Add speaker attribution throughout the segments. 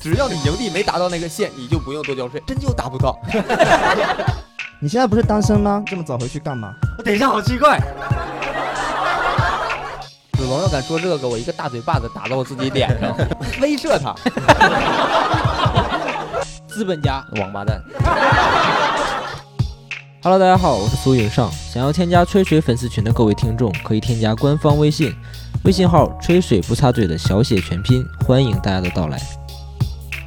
Speaker 1: 只要你营地没达到那个线，你就不用多交税，真就达不 到。
Speaker 2: 你现在不是单身吗？这么早回去干嘛？
Speaker 3: 等一下，好奇怪。
Speaker 1: 子龙要敢说这个，我一个大嘴巴子打到我自己脸上，威慑他。
Speaker 4: 资本家，
Speaker 1: 王八蛋，
Speaker 4: Hello，大家好，我是苏云上。想要添加吹水粉丝群的各位听众，可以添加官方微信，微信号“吹水不插嘴”的小写全拼，欢迎大家的到来。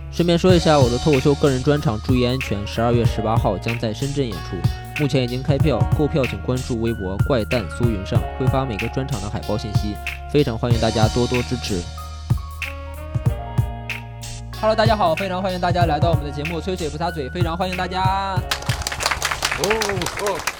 Speaker 4: 顺便说一下，我的脱口秀个人专场《注意安全》，十二月十八号将在深圳演出，目前已经开票，购票请关注微博“怪诞苏云上”，会发每个专场的海报信息，非常欢迎大家多多支持。Hello，大家好，非常欢迎大家来到我们的节目《吹水不插嘴》，非常欢迎大家。哦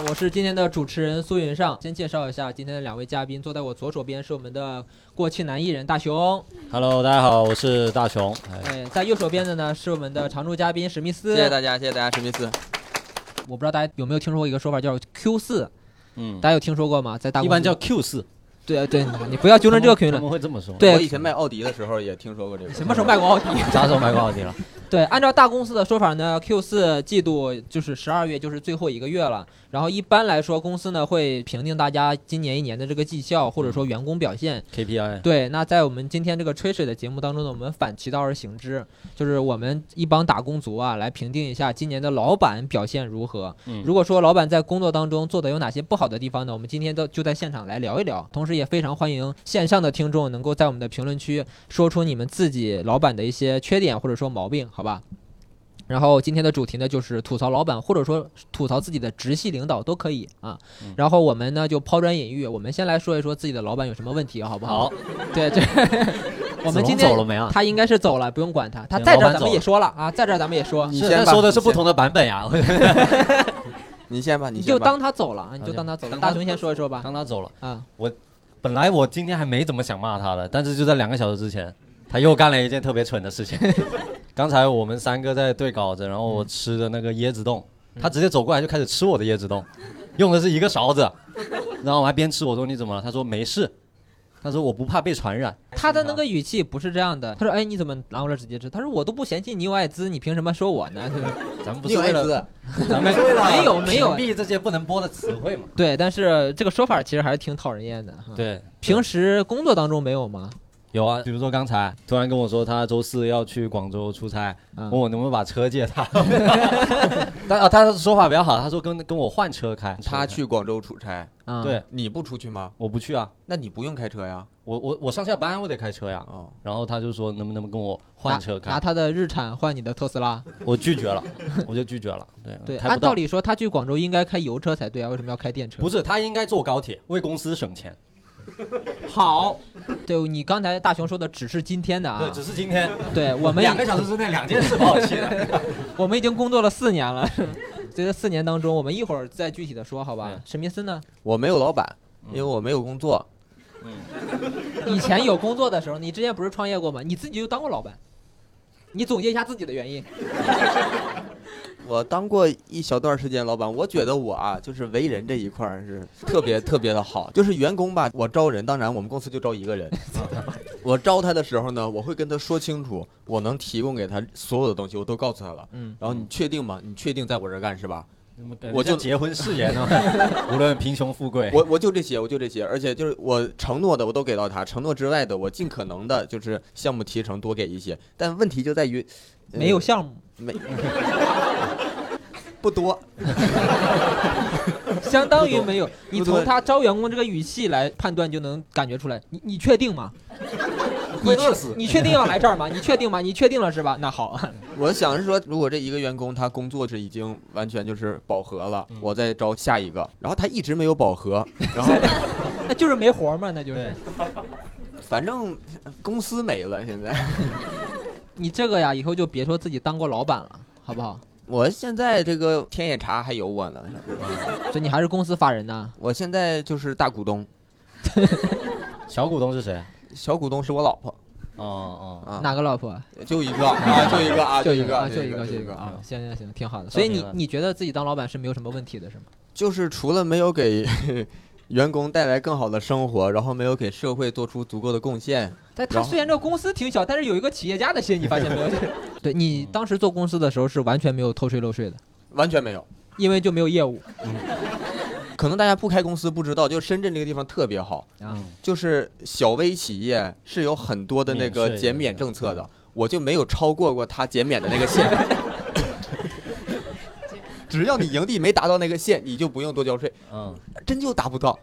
Speaker 4: 我是今天的主持人苏云上，先介绍一下今天的两位嘉宾，坐在我左手边是我们的过气男艺人大熊，
Speaker 3: Hello，大家好，我是大熊。哎
Speaker 4: 哎，在右手边的呢是我们的常驻嘉宾史密斯。
Speaker 1: 谢谢大家，谢谢大家，史密斯。
Speaker 4: 我不知道大家有没有听说过一个说法叫 Q 四，
Speaker 3: 嗯，
Speaker 4: 大家有听说过吗？在大
Speaker 3: 一
Speaker 4: 公司
Speaker 3: 般叫 Q 四，
Speaker 4: 对对，你不要纠正这个群
Speaker 3: 他
Speaker 4: 了。
Speaker 3: 们会这么说。，
Speaker 4: 对
Speaker 1: 我以前卖奥迪的时候也听说过这个。
Speaker 4: 什么时候卖过奥迪？
Speaker 3: 啥时候买过奥迪了？
Speaker 4: 对，按照大公司的说法呢，Q 四季度就是十二月，就是最后一个月了。然后一般来说，公司呢会评定大家今年一年的这个绩效，或者说员工表现。
Speaker 3: KPI，
Speaker 4: 对，那在我们今天这个吹水的节目当中呢，我们反其道而行之，就是我们一帮打工族啊，来评定一下今年的老板表现如何。
Speaker 3: 嗯
Speaker 4: 如果说老板在工作当中做的有哪些不好的地方呢，我们今天都就在现场来聊一聊。同时也非常欢迎线上的听众能够在我们的评论区说出你们自己老板的一些缺点或者说毛病，好吧？然后今天的主题呢，就是吐槽老板，或者说吐槽自己的直系领导都可以啊
Speaker 3: 嗯。
Speaker 4: 然后我们呢就抛砖引玉，我们先来说一说自己的老板有什么问题，好不好？
Speaker 3: 好，
Speaker 4: 对， 这我们今
Speaker 3: 子龙走
Speaker 4: 天
Speaker 3: 了没啊？
Speaker 4: 他应该是走了，不用管他。他
Speaker 3: 行
Speaker 4: 在这
Speaker 3: 老
Speaker 4: 儿
Speaker 3: 板
Speaker 4: 咱们
Speaker 3: 走
Speaker 4: 也
Speaker 3: 了
Speaker 4: 说了啊，在这儿咱们也说，
Speaker 1: 你
Speaker 3: 是
Speaker 1: 先
Speaker 3: 他
Speaker 1: 吧
Speaker 3: 说的是
Speaker 1: 你
Speaker 3: 不
Speaker 1: 先
Speaker 3: 同的版 本呀。
Speaker 1: 你先吧，
Speaker 4: 你
Speaker 1: 你先
Speaker 4: 就
Speaker 1: 吧
Speaker 4: 当他走了啊，你就
Speaker 3: 好
Speaker 4: 当他走了。
Speaker 3: 当
Speaker 4: 大
Speaker 3: 他
Speaker 4: 雄先说一说吧。
Speaker 3: 当他走了，
Speaker 4: 啊，
Speaker 3: 本来我今天还没怎么想骂他的，但是就在两个小时之前，他又干了一件特别蠢的 事情。刚才我们三个在对稿子，然后我吃的那个椰子冻，
Speaker 4: 嗯
Speaker 3: 他直接走过来就开始吃我的椰子冻，用的是一个勺子，然后我还边吃我说你怎么了？他说没事，他说我不怕被传染。
Speaker 4: 他的那
Speaker 3: 嗯
Speaker 4: 个语气不是这样的。他说：“哎，你怎么拿过来直接吃？”他说：“我都不嫌弃你有艾滋，你凭什么说我呢
Speaker 3: 咱们不
Speaker 1: 你
Speaker 3: 是
Speaker 1: 有
Speaker 3: 为
Speaker 1: 艾
Speaker 3: 了，
Speaker 1: 滋，
Speaker 3: 咱们为
Speaker 4: 了没有没有
Speaker 3: 屏蔽这些不能播的词汇嘛？”
Speaker 4: 对，但是这个说法其实还是挺讨人厌的。哈，
Speaker 3: 对，
Speaker 4: 平时工作当中没有吗？
Speaker 3: 有啊，比如说刚才突然跟我说他周四要去广州出差，
Speaker 4: 嗯
Speaker 3: 问我能不能把车 借他。 但啊，他的说法比较好，他说跟跟我换车开。
Speaker 1: 他去广州出差，
Speaker 4: 啊，
Speaker 3: 对，
Speaker 1: 你不出去吗？
Speaker 3: 我不去啊，
Speaker 1: 那你不用开车呀。
Speaker 3: 我我我上下班我得开车呀。
Speaker 1: 哦，
Speaker 3: 然后他就说能不能跟我
Speaker 4: 拿，
Speaker 3: 换车
Speaker 4: 拿
Speaker 3: 开，
Speaker 4: 他的日产换你的特斯拉。
Speaker 3: 我拒绝了，我就拒绝了。对
Speaker 4: 对，
Speaker 3: 开
Speaker 4: 按
Speaker 3: 不到
Speaker 4: 道。理说他去广州应该开油车才对啊，为什么要开电车？
Speaker 3: 不是，他应该坐高铁，为公司省钱。
Speaker 4: 好，对你刚才大雄说的只是今天的啊
Speaker 3: 对，，只是今天
Speaker 4: 对我们
Speaker 3: 两个小时之内两件事把我气的。
Speaker 4: 我们已经工作了四年了，所以这四年当中，我们一会儿再具体的说，好吧
Speaker 3: 对？
Speaker 4: 史密斯呢？嗯
Speaker 1: 我没有老板，因
Speaker 3: 嗯
Speaker 1: 为我没有工作。
Speaker 4: 以前有工作的时候，你之前不是创业过吗？你自己就当过老板，你总结一下自己的原因。
Speaker 1: 我当过一小段时间老板，我觉得我啊，就是为人这一块儿是特别特别的好。就是员工吧，我招人，当然我们公司就招一个人。 我招他的时候呢，我会跟他说清楚，我能提供给他所有的东西，我都告诉他了。
Speaker 4: 嗯，
Speaker 1: 然后你确定吗？你确定在我这儿干是吧？
Speaker 3: 我
Speaker 1: 我就
Speaker 3: 就结婚誓 言呢，无论贫穷富贵，
Speaker 1: 我我就这些，我就这些，而且就是我承诺的我都给到他，承诺之外的我尽可能的就是项目提成多给一些，但问题就在于、呃
Speaker 4: 没有项目，
Speaker 1: 不多，
Speaker 4: 相当于没有。你
Speaker 1: 不
Speaker 4: 从
Speaker 1: 多
Speaker 4: 他招员工这个语气来判断，就能感觉出来。你你确定 吗？
Speaker 3: 会饿死。
Speaker 4: 你确定要来这儿吗？你确定吗？你确定了是吧？那好，
Speaker 1: 我想是说，如果这一个员工他工作是已经完全就是饱和了，
Speaker 3: 嗯
Speaker 1: 我再招下一个，然后他一直没有饱和，然后
Speaker 4: 那就是没活儿嘛，那就是
Speaker 3: 对。
Speaker 1: 反正呃公司没了。现在
Speaker 4: 你这个呀，以后就别说自己当过老板了，好不好？
Speaker 1: 我现在这个天眼查还有我呢，
Speaker 4: 所以你还是公司法人呐。
Speaker 1: 我现在就是大股东，
Speaker 3: 小股东是谁？
Speaker 1: 小股东是我老婆
Speaker 3: 哦哦，
Speaker 1: 啊，
Speaker 4: 哪个老婆？
Speaker 1: 就一个啊，就一个 啊，
Speaker 4: 就
Speaker 1: 一
Speaker 4: 个，
Speaker 1: 个，
Speaker 4: 啊就
Speaker 1: 一
Speaker 4: 个，
Speaker 1: 就
Speaker 4: 就
Speaker 1: 一个
Speaker 4: 啊！
Speaker 1: 啊。
Speaker 4: 行行行，挺好的。
Speaker 3: 到
Speaker 4: 所以
Speaker 3: 你
Speaker 4: 你
Speaker 3: 了
Speaker 4: 你觉得自己当老板是没有什么问题的，是吗？
Speaker 1: 就是除了没有给 员工带来更好的生活，然后没有给社会做出足够的贡献。
Speaker 4: 但他
Speaker 1: 然后
Speaker 4: 虽然这个公司挺小，但是有一个企业家的心，你发现没有？
Speaker 5: 对你
Speaker 1: 嗯
Speaker 5: 当时做公司的时候是完全没有偷税漏税的，
Speaker 1: 完全没有。嗯
Speaker 5: 因为就没有业务。
Speaker 1: 可能大家不开公司不知道，就深圳这个地方特别好，
Speaker 5: 啊
Speaker 1: 就是小微企业是有很多的那
Speaker 3: 免
Speaker 1: 个
Speaker 3: 税的嗯
Speaker 1: 减免政策的，我就没有超过过他减免的那个 线。只要你营地没达到那个线，你就不用多交税，
Speaker 3: 嗯，
Speaker 1: 真就达不 到。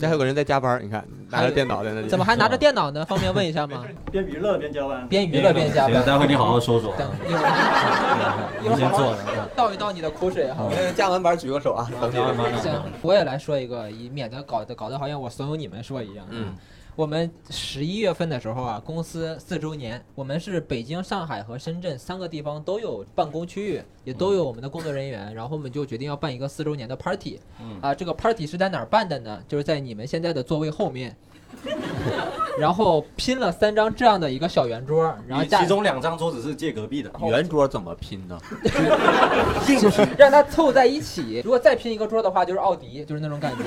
Speaker 1: 这还有个人在加班，你看拿着电脑在那里。
Speaker 4: 怎么还拿着电脑呢？方便问一下吗？
Speaker 6: 边娱乐边交班。
Speaker 4: 边娱乐边加
Speaker 3: 行，
Speaker 4: 班。
Speaker 3: 待会你好好说说。
Speaker 4: 等一会儿，
Speaker 3: 我
Speaker 1: 嗯
Speaker 3: 们先坐着。
Speaker 4: 倒一倒你的苦水哈。
Speaker 1: 加完班举个手啊，
Speaker 3: 嗯
Speaker 1: 等你。
Speaker 4: 行，我也来说一个，以免得搞得搞得好像我怂恿你们说一样。
Speaker 1: 嗯，
Speaker 4: 我们十一月份的时候啊，公司四周年，我们是北京、上海和深圳三个地方都有办公区域，也
Speaker 1: 嗯
Speaker 4: 都有我们的工作人员。然后我们就决定要办一个四周年的 party。
Speaker 3: 嗯
Speaker 4: 啊，这个 party 是在哪儿办的呢？就是在你们现在的座位后面。然后拼了三张这样的一个小圆桌，然后加
Speaker 3: 其 中两张桌子是借隔壁的，
Speaker 1: 圆桌怎么拼呢？
Speaker 4: 让它凑在一起。如果再拼一个桌的话，就是奥迪，就是那种感觉。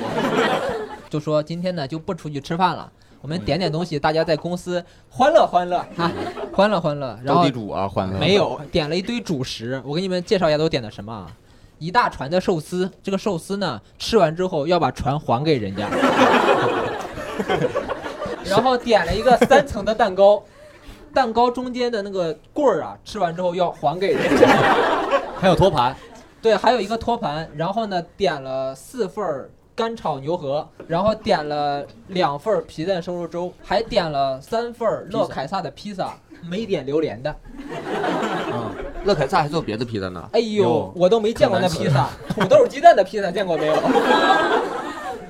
Speaker 4: 就说今天呢就不出去吃饭了，我们点点东西，大家在公司欢乐欢乐啊，欢乐欢乐。然
Speaker 1: 斗
Speaker 4: 后
Speaker 1: 地主啊，欢乐
Speaker 4: 没有点了一堆主食，我给你们介绍一下都点的什么啊。一大船的寿司，这个寿司呢，吃完之后要把船还给人家，然后点了一个三层的蛋糕，蛋糕中间的那个棍儿啊，吃完之后要还给人家。
Speaker 3: 还有托盘，
Speaker 4: 对，还有一个托盘，然后呢点了四份儿干炒牛河，然后点了两份儿皮蛋瘦肉粥，还点了三份儿乐凯撒的披萨，没点榴莲的。
Speaker 1: 乐凯撒还做别的皮的呢。
Speaker 4: 哎呦
Speaker 3: 哟，
Speaker 4: 我都没见过那披 萨，土豆鸡蛋的披萨见过没有？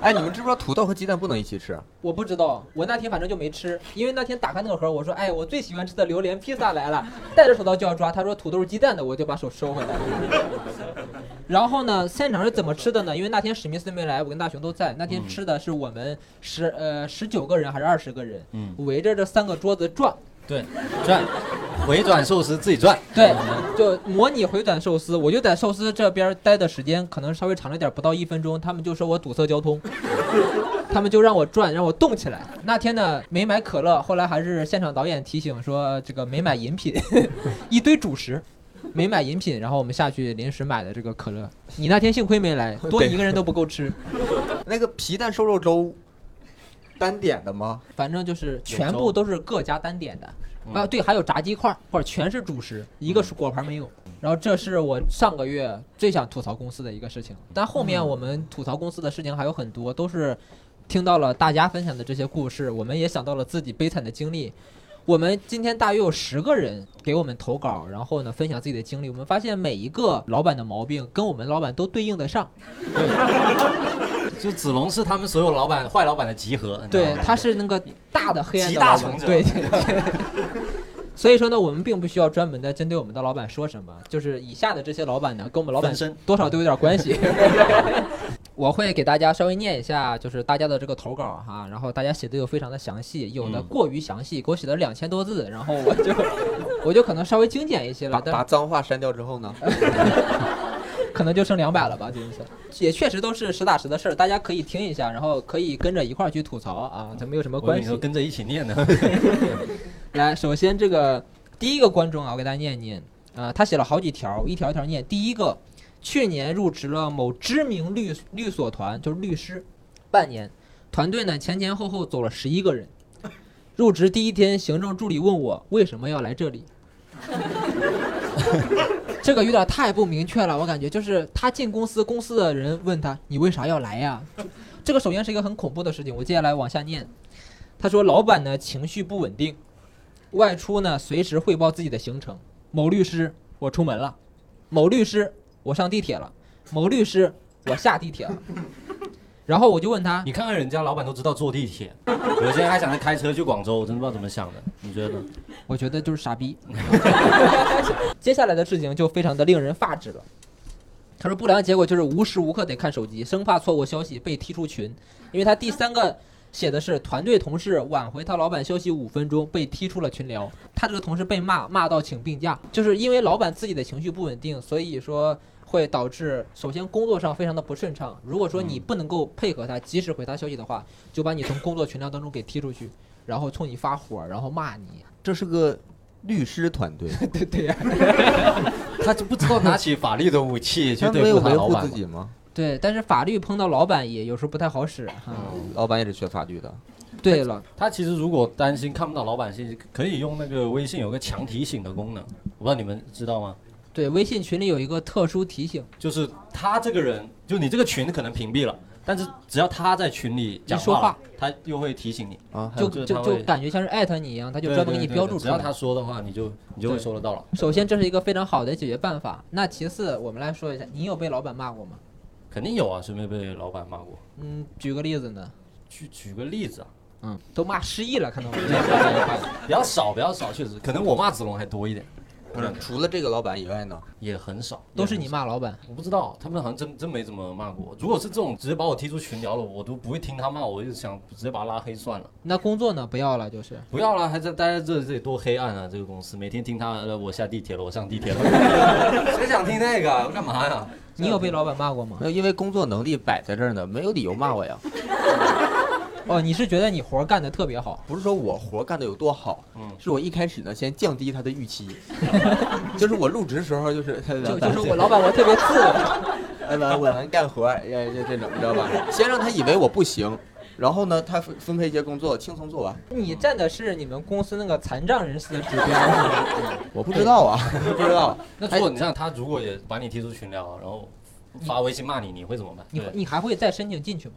Speaker 1: 哎，你们知不知道土豆和鸡蛋不能一起吃？啊
Speaker 4: 我不知道，我那天反正就没吃，因为那天打开那个盒，我说，哎，我最喜欢吃的榴莲披萨来了， 戴着手套就要抓，他说土豆鸡蛋的，我就把手收回来了。 然后呢，现场是怎么吃的呢？因为那天史密斯没来，我跟大雄都在，那天吃的是我们十呃十九个人还是二十个人，
Speaker 3: 嗯
Speaker 4: 围着这三个桌子转，
Speaker 3: 对，转，回转寿司自己转。
Speaker 4: 对，就模拟回转寿司，我就在寿司这边待的时间可能稍微长了点，不到一分钟，他们就说我堵塞交通， 他们就让我转，让我动起来。那天呢，没买可乐，后来还是现场导演提醒说这个没买饮品， 一堆主食。没买饮品，然后我们下去临时买的这个可乐。你那天幸亏没来， 多你一个人都不够吃。
Speaker 1: 那个皮蛋瘦肉粥，单点的吗？
Speaker 4: 反正就是
Speaker 3: 有
Speaker 4: 全部
Speaker 3: 粥
Speaker 4: 都是各家单点的，
Speaker 3: 嗯
Speaker 4: 啊，对，还有炸鸡块儿，或者全是主食，一个是果盘没有。然后这是我上个月最想吐槽公司的一个事情，但后面我们吐槽公司的事情还有很多，都是听到了大家分享的这些故事，我们也想到了自己悲惨的经历。我们今天大约有十个人给我们投稿，然后呢分享自己的经历。我们发现每一个老板的毛病跟我们老板都对应得上，
Speaker 3: 就子龙是他们所有老板坏老板的集合。你知道
Speaker 4: 对
Speaker 3: 吗，
Speaker 4: 他是那个大的黑暗
Speaker 3: 集
Speaker 4: 的
Speaker 3: 大
Speaker 4: 老
Speaker 3: 成
Speaker 4: 板，
Speaker 3: 者
Speaker 4: 对。所以说呢，我们并不需要专门的针对我们的老板说什么，就是以下的这些老板呢，跟我们老板
Speaker 3: 分身
Speaker 4: 多少都有点关系。 我会给大家稍微念一下，就是大家的这个投稿哈、然后大家写的又非常的详细，有的
Speaker 3: 嗯
Speaker 4: 过于详细，给我写了两千多字，然后我就 我就可能稍微精简一些了
Speaker 1: 把，
Speaker 4: 但
Speaker 1: 把脏话删掉之后呢？
Speaker 4: 可能就剩两百了吧，这一次也确实都是实打实的事儿，大家可以听一下，然后可以跟着一块儿去吐槽啊，咱们有什么
Speaker 3: 我跟
Speaker 4: 关
Speaker 3: 你
Speaker 4: 系
Speaker 3: 说？跟着一起念的。
Speaker 4: 来，首先这个第一个观众啊，我给大家念一念啊、他写了好几条，我一条一条念。第一个，去年入职了某知名律律所团，就是律师，半年，团队呢前前后后走了十一个人。入职第一天，行政助理问我为什么要来这里。这个有点太不明确了，我感觉就是他进公司，公司的人问他你为啥要来呀？这个首先是一个很恐怖的事情。我接下来往下念，他说老板呢情绪不稳定，外出呢，随时汇报自己的行程。某律师，我出门了；某律师，我上地铁了；某律师，我下地铁了。然后我就问他，
Speaker 3: 你看看人家老板都知道坐地铁，有些人还想着开车去广州，我真不知道怎么想的。你觉得呢？
Speaker 4: 我觉得就是傻逼。接下来的事情就非常的令人发指了。他说不良结果就是无时无刻得看手机，生怕错过消息被踢出群，因为他第三个写的是团队同事挽回他老板休息五分钟被踢出了群聊，他这个同事被骂骂到请病假，就是因为老板自己的情绪不稳定，所以说。会导致首先工作上非常的不顺畅。如果说你不能够配合他，及时回他消息的话，就把你从工作群聊当中给踢出去，然后冲你发火，然后骂你。
Speaker 1: 这是个律师团 队，
Speaker 4: 对对呀、
Speaker 3: 他就不知道拿起法律的武器去
Speaker 1: 他没
Speaker 3: 对
Speaker 1: 有
Speaker 3: 付他
Speaker 1: 维
Speaker 3: 老
Speaker 1: 护
Speaker 3: 板
Speaker 1: 自。己吗？
Speaker 4: 对。但是法律碰到老板也有时候不太好使。哈。
Speaker 3: 嗯
Speaker 1: 老板也是学法律的，
Speaker 4: 对了，
Speaker 3: 哎他其实如果担心看不到老板信息，可以用那个微信有个强提醒的功能，我不知道你们知道吗？
Speaker 4: 对微信群里有一个特殊提醒，
Speaker 3: 就是他这个人，就你这个群可能屏蔽了，但是只要他在群里讲
Speaker 4: 一说话
Speaker 3: 话，他又会提醒你。
Speaker 1: 啊，还
Speaker 4: 就就
Speaker 1: 有
Speaker 3: 就
Speaker 4: 是
Speaker 3: 他
Speaker 4: 就
Speaker 3: 会
Speaker 4: 感觉像是艾特你一样，他就
Speaker 3: 对
Speaker 4: 专门给
Speaker 3: 对
Speaker 4: 你
Speaker 3: 对
Speaker 4: 标
Speaker 3: 对
Speaker 4: 注
Speaker 3: 只
Speaker 4: 出
Speaker 3: 要
Speaker 4: 来
Speaker 3: 他。说的话，你就你就会收得到了。
Speaker 4: 首先，这是一个非常好的解决办法。那其次，我们来说一下，你有被老板骂过吗？
Speaker 3: 肯定有啊，谁没被老板骂过？
Speaker 4: 嗯，举个例子呢？
Speaker 3: 举举个例子啊，
Speaker 4: 嗯，都骂失忆了，看到没？
Speaker 3: 比较少，比较少，确实，可能我骂子龙还多一点，嗯
Speaker 1: 不是除了这个老板以外呢？
Speaker 3: 也很少，
Speaker 4: 都是你骂老板。
Speaker 3: 我不知道，他们好像真真没怎么骂过。如果是这种直接把我踢出群聊了，我都不会听他骂，我就想直接把他拉黑算了。
Speaker 4: 那工作呢？不要了，就是。
Speaker 3: 不要啦，还在待在这这里多黑暗啊！这个公司每天听他，呃我下地铁了，我上地 铁了，谁想听那个啊？干嘛呀？
Speaker 4: 你有被老板骂过吗？
Speaker 1: 没有，因为工作能力摆在这儿呢，没有理由骂我呀。
Speaker 4: 哦，你是觉得你活儿干得特别好？
Speaker 1: 不是说我活干得有多好，
Speaker 3: 嗯
Speaker 1: 是我一开始呢先降低他的预期，就是我入职时候就是
Speaker 4: 就就是我老板，我特别自
Speaker 1: 哎，我我能干活，哎，这这种，你知道吧？先让他以为我不行，然后呢，他分分配一些工作，轻松做完。
Speaker 4: 我。你站的是你们公司那个残障人士的指标。
Speaker 1: 我不知道啊，不知道。
Speaker 3: 那如果你让他如果也把你踢出群聊，然后发微信骂你，你会怎么办？
Speaker 4: 你
Speaker 3: 对
Speaker 4: 你还会再申请进去吗？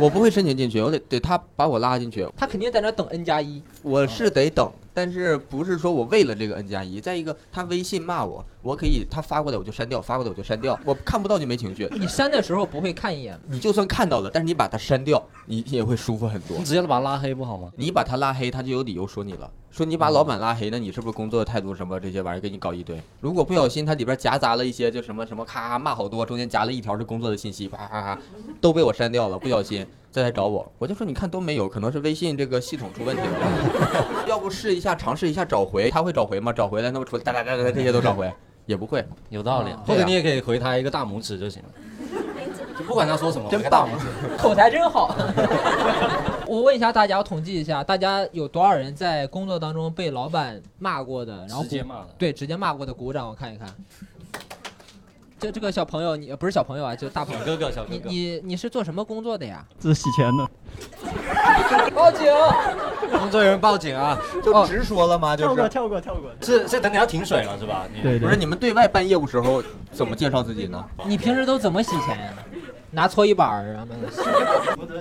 Speaker 1: 我不会申请进去，我得得他把我拉进去，
Speaker 4: 他肯定在那等 N 加一。
Speaker 1: 我是得等，但是不是说我为了这个 N 加一。再一个，他微信骂我，我可以他发过来我就删掉，发过来我就删掉，我看不到就没情绪。
Speaker 4: 你删的时候不会看一眼吗？
Speaker 1: 你就算看到了，但是你把他删掉，你也会舒服很多
Speaker 3: 你。直接把他拉黑不好吗？嗯
Speaker 1: 你把他拉黑，他就有理由说你了，说你把老板拉黑，那你是不是工作态度什么这些玩意儿给你搞一堆？如果不小心他里边夹杂了一些就什么什么咔咔骂好多，中间夹了一条是工作的信息，啪啪啪，都被我删掉了，不小心。再来找我，我就说你看都没有，可能是微信这个系统出问题了， 要不试一下尝试一下找回，他会找回吗？找回来，那么除了哒哒哒哒这些都找回，也不会。
Speaker 3: 有道理啊，
Speaker 1: 对
Speaker 3: 或
Speaker 1: 啊
Speaker 3: 者你也可以回他一个大拇指就行了，就不管他说什么，
Speaker 1: 真
Speaker 3: 回个大
Speaker 1: 棒
Speaker 3: 拇指。
Speaker 4: 口才真好。 我问一下大家，我统计一下，大家有多少人在工作当中被老板骂过的？然后
Speaker 3: 直接
Speaker 4: 鼓
Speaker 3: 骂的。
Speaker 4: 对直接骂过的，鼓掌，我看一看。就这个小朋友，你不是小朋友啊，就大朋
Speaker 3: 小
Speaker 4: 友。
Speaker 3: 哥哥，小哥
Speaker 4: 你
Speaker 3: 哥，
Speaker 4: 你你是做什么工作的呀？
Speaker 7: 这是洗钱的，
Speaker 4: 报警！
Speaker 3: 工作人员报警 啊！
Speaker 1: 就直说了吗？就
Speaker 7: 跳过
Speaker 1: 是
Speaker 7: 跳过跳过。
Speaker 3: 是是，等你要停水了是吧？你
Speaker 7: 对
Speaker 1: 不是
Speaker 7: 对，
Speaker 1: 你们对外办业务时候怎么介绍自己呢？
Speaker 4: 你平时都怎么洗钱呀、拿搓衣板儿 啊？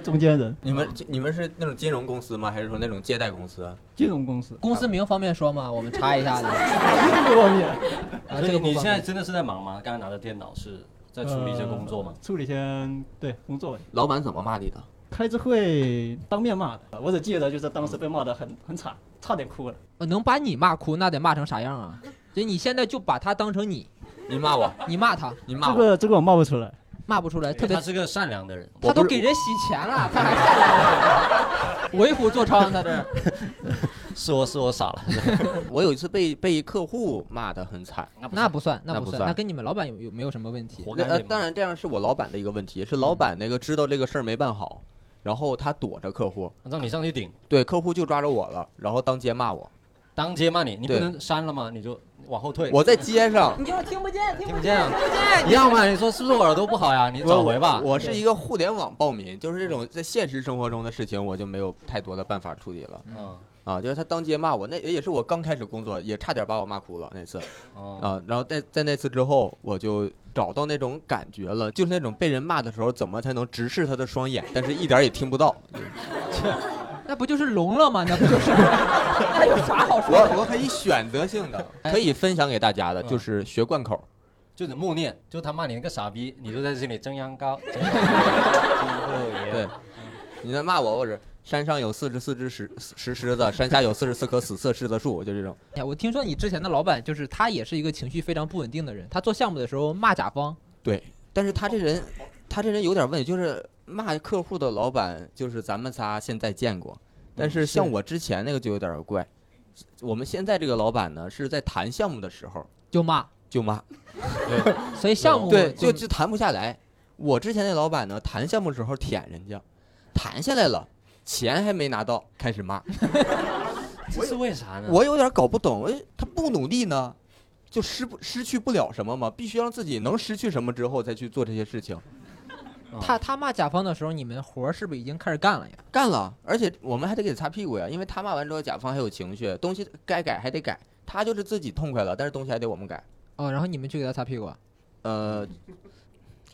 Speaker 7: 中间人，
Speaker 1: 你们你们是那种金融公司吗？还是说那种借贷公司？啊
Speaker 7: 金融公司。
Speaker 4: 公司名方便说吗？我们查 一下子。
Speaker 7: 不方便
Speaker 4: 啊，
Speaker 3: 所
Speaker 4: 这
Speaker 3: 以
Speaker 4: 个不
Speaker 3: 你
Speaker 4: 方
Speaker 3: 现
Speaker 4: 便
Speaker 3: 在真的是在忙吗？刚才拿着电脑是在处理一些工作吗？
Speaker 7: 呃处理一些对工作，
Speaker 1: 老板怎么骂你的？
Speaker 7: 开着会当面骂的。我只记得就是当时被骂的很很惨，差点哭了。
Speaker 4: 呃能把你骂哭，那得骂成啥样啊？所以你现在就把他当成你，
Speaker 1: 你骂我，
Speaker 4: 你骂他，
Speaker 1: 你骂
Speaker 7: 这
Speaker 1: 我，
Speaker 7: 个这个我骂不出来。
Speaker 4: 骂不出来，特
Speaker 3: 因为
Speaker 4: 别
Speaker 3: 他是个善良的人，
Speaker 4: 他都给人洗钱了，他还善良，为虎作伥，他这。
Speaker 3: 是我是我傻了。
Speaker 1: 我有一次被被客户骂得很惨，
Speaker 4: 那不算，那
Speaker 1: 那
Speaker 4: 不
Speaker 1: 不
Speaker 4: 算，
Speaker 1: 算
Speaker 4: 那跟你们老板有有没有什么问题？
Speaker 3: 活该
Speaker 1: 呃，
Speaker 3: 被骂
Speaker 1: 当然这样是我老板的一个问题，是老板那个知道这个事儿没办好，然后他躲着客户，
Speaker 3: 啊让你上去顶，
Speaker 1: 对客户就抓着我了，然后当街骂我，
Speaker 3: 当街骂你，你不
Speaker 1: 对
Speaker 3: 能删了吗？你就往后退。
Speaker 1: 我在街上。
Speaker 4: 呃你就是听不见，听
Speaker 3: 听不见啊！你要么你说是不是我耳朵不好呀？你找回吧。
Speaker 1: 我我是一个互联网暴民，就是这种在现实生活中的事情，我就没有太多的办法处理了
Speaker 3: 嗯
Speaker 1: 啊。就是他当街骂我，那也是我刚开始工作，也差点把我骂哭了那次。
Speaker 3: 哦，
Speaker 1: 啊，然后在在那次之后，我就找到那种感觉了，就是那种被人骂的时候，怎么才能直视他的双眼，但是一点儿也听不到。
Speaker 4: 那不就是聋了吗？那不就是？ 那有啥好说的？
Speaker 1: 我我可以选择性的，嗯可以分享给大家的，就是学贯口。
Speaker 3: 就是默念，就他骂你那个傻逼，你就在这里蒸羊羔。蒸羊羔
Speaker 1: 对，你在骂我，我是山上有四十四只石石狮子，山下有四十四棵死色柿子树，就这种。
Speaker 4: 哎我听说你之前的老板就是他，也是一个情绪非常不稳定的人。他做项目的时候骂甲方，
Speaker 3: 哦
Speaker 1: 对，但是他这人，他这人有点问题，就是骂客户的老板，就是咱们仨现在见过，
Speaker 4: 嗯
Speaker 1: 但是像我之前那个就有点怪。我们现在这个老板呢，是在谈项目的时候
Speaker 4: 就骂，
Speaker 1: 就骂，
Speaker 4: 所以项目
Speaker 1: 对，就就谈不下来。我之前那老板呢，谈项目的时候舔人家，谈下来了，钱还没拿到，开 始骂。
Speaker 3: 这是为啥呢？
Speaker 1: 我有点搞不懂，哎，他不努力呢，就失不失去不了什么嘛？必须让自己能失去什么之后再去做这些事情。
Speaker 4: 他他骂甲方的时候，你们活儿是不是已经开始干了呀？
Speaker 1: 干了，而且我们还得给他擦屁股呀，因为他骂完之后，甲方还有情绪，东西该改还得改。他就是自己痛快了，但是东西还得我们改。
Speaker 4: 哦，然后你们去给他擦屁股啊，
Speaker 1: 呃，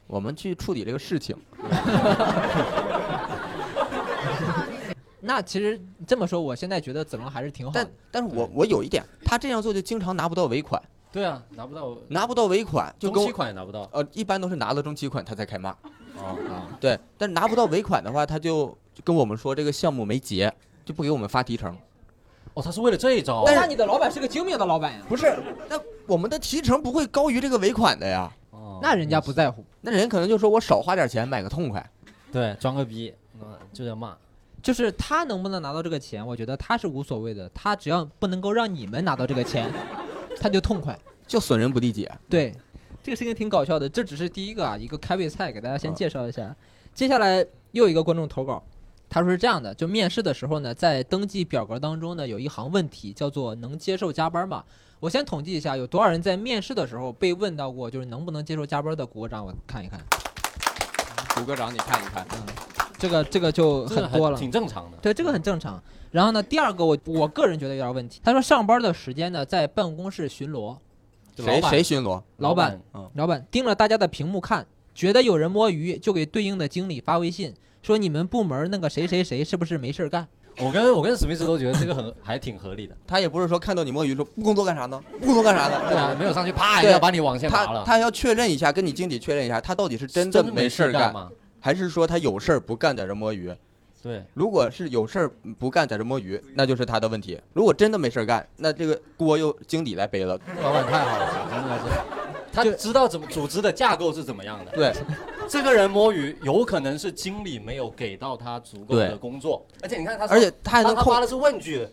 Speaker 1: 我们去处理这个事情。
Speaker 4: 那其实这么说，我现在觉得子龙还是挺好
Speaker 1: 但
Speaker 4: 的。
Speaker 1: 但是我我有一点，他这样做就经常拿不到尾款，
Speaker 3: 对啊，拿不到，
Speaker 1: 拿不到尾款就
Speaker 3: 中
Speaker 1: 跟
Speaker 3: 期
Speaker 1: 我
Speaker 3: 款也拿不到。
Speaker 1: 呃一般都是拿了中期款他才开骂。
Speaker 3: 哦，
Speaker 1: 对，但是拿不到尾款的话，他就就跟我们说这个项目没结，就不给我们发提成。
Speaker 3: 哦，他是为了这一招。
Speaker 4: 那你的老板是个精明的老板呀，
Speaker 1: 不是，那我们的提成不会高于这个尾款的呀。嗯
Speaker 3: 哦
Speaker 4: 那人家不在乎。
Speaker 1: 那人可能就说我少花点钱买个痛快。
Speaker 3: 对装个逼，嗯就要骂。
Speaker 4: 就是他能不能拿到这个钱，我觉得他是无所谓的，他只要不能够让你们拿到这个钱， 他就痛快。
Speaker 1: 就损人不利己。
Speaker 4: 对，这个事情挺搞笑的，这只是第一个啊，一个开胃菜，给大家先介绍一下。接下来又一个观众投稿，他说是这样的：就面试的时候呢，在登记表格当中呢，有一行问题叫做“能接受加班吗？”我先统计一下，有多少人在面试的时候被问到过，就是能不能接受加班的？鼓个掌，我看一看，
Speaker 1: 谷歌长，你看一看，
Speaker 4: 这个这个就
Speaker 3: 嗯这个
Speaker 4: 很多了，
Speaker 3: 挺正常的。
Speaker 4: 对，这个很正常。然后呢，第二个我我个人觉得有点问题。他说上班的时间呢，在办公室巡逻，
Speaker 3: 就
Speaker 1: 谁
Speaker 3: 老板
Speaker 1: 谁巡逻？嗯
Speaker 4: 老板嗯老板盯着大家的屏幕看，觉得有人摸鱼，就给对应的经理发微信说你们部门那个谁谁谁是不是没事儿干？
Speaker 3: 我跟我跟史密斯都觉得这个很还挺合理的。
Speaker 1: 他也不是说看到你摸鱼说不工作干啥呢？不工作干啥呢？
Speaker 3: 对啊，没有上去啪一
Speaker 1: 对
Speaker 3: 下把你网线拔
Speaker 1: 他
Speaker 3: 了。
Speaker 1: 他要确认一下，跟你经理确认一下，他到底是真的
Speaker 3: 真
Speaker 1: 没事
Speaker 3: 事
Speaker 1: 儿干，
Speaker 3: 吗？
Speaker 1: 还是说他有事儿不干在这摸鱼？
Speaker 3: 对，
Speaker 1: 如果是有事儿不干在这摸鱼，那就是他的问题；如果真的没事儿干，那这个锅又经理来背了。
Speaker 3: 老板太好了，真的是。他知道怎么组织的架构是怎么样的。
Speaker 1: 对，
Speaker 3: 这个人摸鱼，有可能是经理没有给到他足够
Speaker 1: 对
Speaker 3: 的工作，而且你看他说，
Speaker 1: 而且他还能
Speaker 3: 他他发
Speaker 1: 控，
Speaker 3: 的是问句，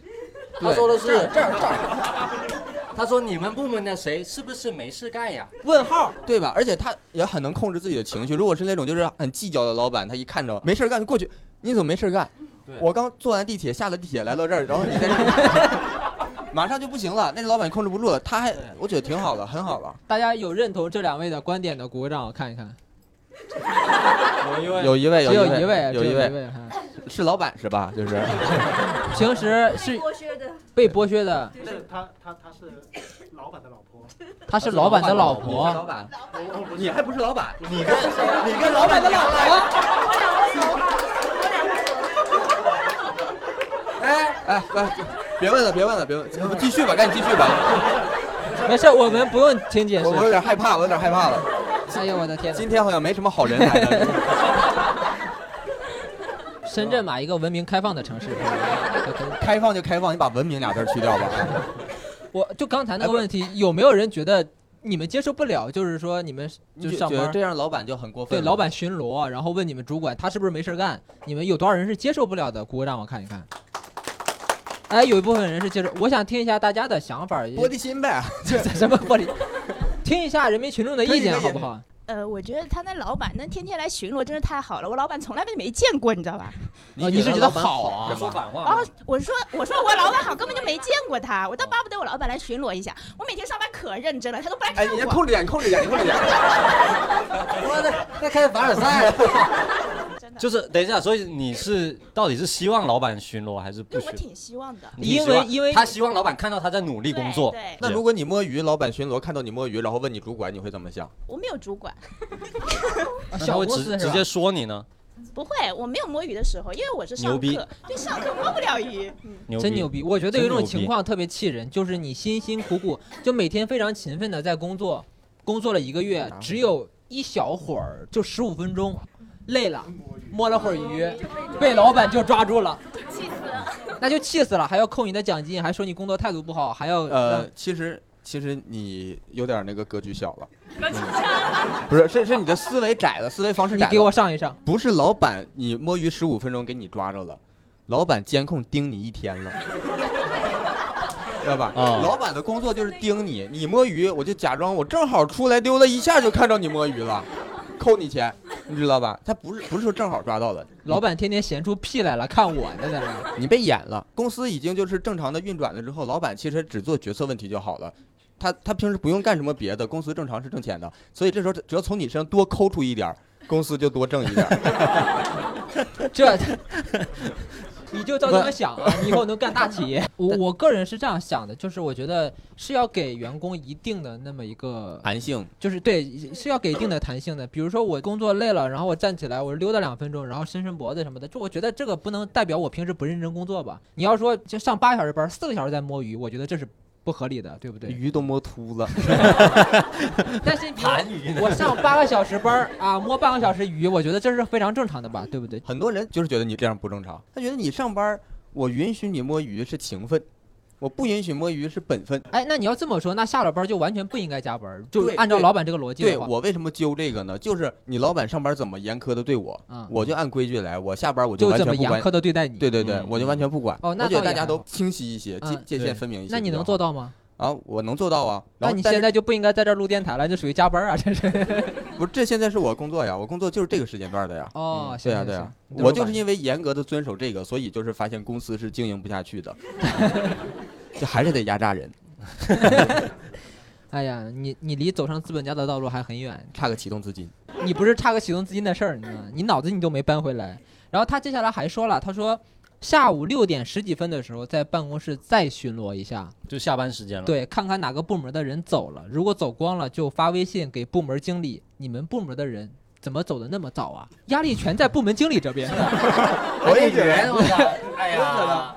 Speaker 3: 他
Speaker 1: 对
Speaker 3: 说的是这儿这儿， 他说你们部门的谁是不是没事干呀？
Speaker 1: 问号对吧？而且他也很能控制自己的情绪。如果是那种就是很计较的老板，他一看着没事儿干就过去，你怎么没事儿干
Speaker 3: 对？
Speaker 1: 我刚坐完地铁，下了地铁来到这儿，然后你在这儿 马上就不行了。那老板控制不住了，他还我觉得挺好的，很好了。
Speaker 4: 大家有认同这两位的观点的，鼓个掌，我看一看。
Speaker 3: 有一位
Speaker 1: 有一位，
Speaker 4: 只有
Speaker 1: 一
Speaker 4: 位，
Speaker 1: 有
Speaker 4: 只有
Speaker 1: 位嗯
Speaker 4: 位哈。
Speaker 1: 是老板是吧？ 就是
Speaker 4: 平时
Speaker 6: 被
Speaker 4: 是
Speaker 6: 剥削的，
Speaker 4: 被剥削的，
Speaker 7: 就是他他他是老板的老婆，
Speaker 4: 她是老板的老
Speaker 1: 你是老
Speaker 4: 婆，
Speaker 1: 板，你还不是老板，你跟你
Speaker 4: 是
Speaker 1: 跟
Speaker 4: 老板的老婆。
Speaker 1: 哎哎，别问了，别问了，别问了，继续吧，赶紧继续吧，
Speaker 4: 没事，我们不用听解
Speaker 1: 我我有
Speaker 4: 释。
Speaker 1: 点害怕，我有点害怕了。
Speaker 4: 哎呦我的天哪！
Speaker 1: 今天好像没什么好人 来了。
Speaker 4: 深圳嘛，一个文明开放的 城市。
Speaker 1: 开放就开放，你哎把文明俩字儿去掉吧。
Speaker 4: 我就刚
Speaker 1: 哎
Speaker 4: 才那个问题，有没有人觉得你们接受不了？就是说你们就
Speaker 1: 就
Speaker 4: 上
Speaker 1: 觉得
Speaker 4: 班
Speaker 1: 这，样老板就很过分
Speaker 4: 对
Speaker 1: 了。
Speaker 4: 老板巡逻，然后问你们主管他是不是没事儿干？你们有多少人是接受不了的？鼓个掌，我看一看。哎，有一部分人是接受，我想听一下大家的想法，
Speaker 1: 玻璃心呗，
Speaker 4: 什么玻璃？听一下人民群众的意见好不好？
Speaker 6: 呃，我觉得他那老板那天天来巡逻真是太好了，我老板从来没见过，你知道吧？
Speaker 4: 哦你是觉得
Speaker 1: 老板
Speaker 4: 好啊
Speaker 1: 是吗
Speaker 3: 反话
Speaker 6: 然后我说我说我老板好，根本就没见过他，我倒巴不得我老板来巡逻一下。我每天上班可认真了，他都不来
Speaker 1: 哎，
Speaker 6: 看
Speaker 1: 你先
Speaker 6: 我。
Speaker 1: 控制点，控制点，控制点。
Speaker 3: 我在在开凡尔赛了。
Speaker 6: 真的，
Speaker 3: 就是等一下，所以你是到底是希望老板巡逻还是不
Speaker 6: 对我
Speaker 3: 巡？
Speaker 6: 挺希望的。
Speaker 3: 你希
Speaker 4: 因为
Speaker 3: 望
Speaker 4: 因为
Speaker 3: 他希望老板看到他在努力工作
Speaker 6: 对，对，
Speaker 1: 那如果你摸鱼，老板巡逻看到你摸鱼，然后问你主管，你会怎么想？
Speaker 6: 我没有主 管，
Speaker 4: 啊
Speaker 3: 他
Speaker 4: 小
Speaker 3: 会
Speaker 4: 公
Speaker 3: 直
Speaker 4: 司是
Speaker 3: 直
Speaker 4: 吧
Speaker 3: 接？说你呢，
Speaker 6: 不会，我没有摸鱼的时候，因为我是
Speaker 3: 牛
Speaker 6: 上
Speaker 3: 逼
Speaker 6: 课，对上课摸不了鱼。嗯，
Speaker 3: 牛
Speaker 4: 真牛
Speaker 3: 逼。
Speaker 4: 逼！我觉得有一种
Speaker 3: 真牛逼
Speaker 4: 情况特别气人，就是你辛辛苦苦就每天非常勤奋的在工作，工作了一个月，只有一小会儿，就十五分钟，累了，摸了会儿鱼，被老板就抓住了，
Speaker 6: 气死了。
Speaker 4: 那就气死了，还要扣你的奖金，还说你工作态度不好，还要
Speaker 1: 呃
Speaker 4: 让，
Speaker 1: 其实其实你有点那个格局小了，
Speaker 6: 那紧张了
Speaker 1: 不是，是是你的思维窄了，思维方式
Speaker 4: 你
Speaker 1: 窄
Speaker 4: 给
Speaker 1: 了
Speaker 4: 我上一上，
Speaker 1: 不是老板，你摸鱼十五分钟给你抓着了，老板监控盯你一天了，知道吧？
Speaker 3: 啊
Speaker 1: 老板的工作就是盯你，你摸鱼，我就假装我正好出来溜达一下，就看着你摸鱼了，扣你钱，你知道吧？他不是不是说正好抓到的，
Speaker 4: 老板天天闲出屁来了，看我呢在那。
Speaker 1: 你被演了。公司已经就是正常的运转了之后，老板其实只做决策问题就好了。他他平时不用干什么别的，公司正常是挣钱的，所以这时候只要从你身上多抠出一点儿，公司就多挣一点儿。
Speaker 4: 这， 你就照这么想啊，你以后能干大企 业。我我个人是这样想的，就是我觉得是要给员工一定的那么一个，
Speaker 1: 弹性，
Speaker 4: 就是对，是要给一定的弹性的。比如说我工作累了，然后我站起来，我溜达两分钟，然后伸伸脖子什么的，就我觉得这个不能代表我平时不认真工作吧。你要说就上八小时班，四个小时在摸鱼，我觉得这是。不合理的，对不对？
Speaker 1: 鱼都摸秃了。
Speaker 4: 但是你我上八个小时班儿啊，摸半个小时鱼，我觉得这是非常正常的吧，对不对？
Speaker 1: 很多人就是觉得你这样不正常，他觉得你上班儿，我允许你摸鱼是情分，我不允许摸鱼是本分。
Speaker 4: 哎，那你要这么说，那下了班就完全不应该加班，就
Speaker 1: 对
Speaker 4: 按照
Speaker 1: 对
Speaker 4: 老板这个逻辑
Speaker 1: 对
Speaker 4: 的话，
Speaker 1: 我为什么揪这个呢？就是你老板上班怎么严苛的对我，
Speaker 4: 嗯
Speaker 1: 我就按规矩来，我下班我
Speaker 4: 就
Speaker 1: 完
Speaker 4: 这
Speaker 1: 全
Speaker 4: 么
Speaker 1: 不
Speaker 4: 严
Speaker 1: 管。
Speaker 4: 苛的对待你。
Speaker 1: 对对对，
Speaker 3: 嗯
Speaker 1: 我就完全不管。
Speaker 4: 哦那
Speaker 1: 我觉得
Speaker 4: 倒
Speaker 1: 大
Speaker 4: 也
Speaker 1: 家
Speaker 4: 还
Speaker 1: 都
Speaker 4: 好
Speaker 1: 清晰一些，界
Speaker 4: 嗯
Speaker 1: 界
Speaker 3: 对
Speaker 1: 限分明一些比较好。
Speaker 4: 那你能做到吗？
Speaker 1: 啊？我能做到啊。
Speaker 4: 那
Speaker 1: 然后
Speaker 4: 你
Speaker 1: 但
Speaker 4: 现
Speaker 1: 是
Speaker 4: 在就不应该在这儿录电台了，这属于加班啊，这是。
Speaker 1: 不是这现在是我工作呀，我工作就是这个时间段的呀。嗯
Speaker 4: 哦，行
Speaker 1: 对呀
Speaker 4: 行
Speaker 1: 对
Speaker 4: 行
Speaker 1: 呀，，我就是
Speaker 4: 为
Speaker 1: 因为严格的遵守这个，所以就是发现公司是经营不 下去的，就还是得压榨人，
Speaker 4: 哎呀，你你离走上资本家的道路还很远，
Speaker 1: 差个启动资金。
Speaker 4: 你不是差个启动资金的事儿，你知道 吗你脑子你都没搬回来。然后他接下来还说了，他说下午六点十几分的时候在办公室再巡逻一下，
Speaker 3: 就下班时间了。
Speaker 4: 对，看看哪个部门的人走了，如果走光了，就发微信给部门经理，你们部门的人怎么走的那么早啊？压力全在部门经理这边。
Speaker 1: 我也觉得，
Speaker 3: 哎呀，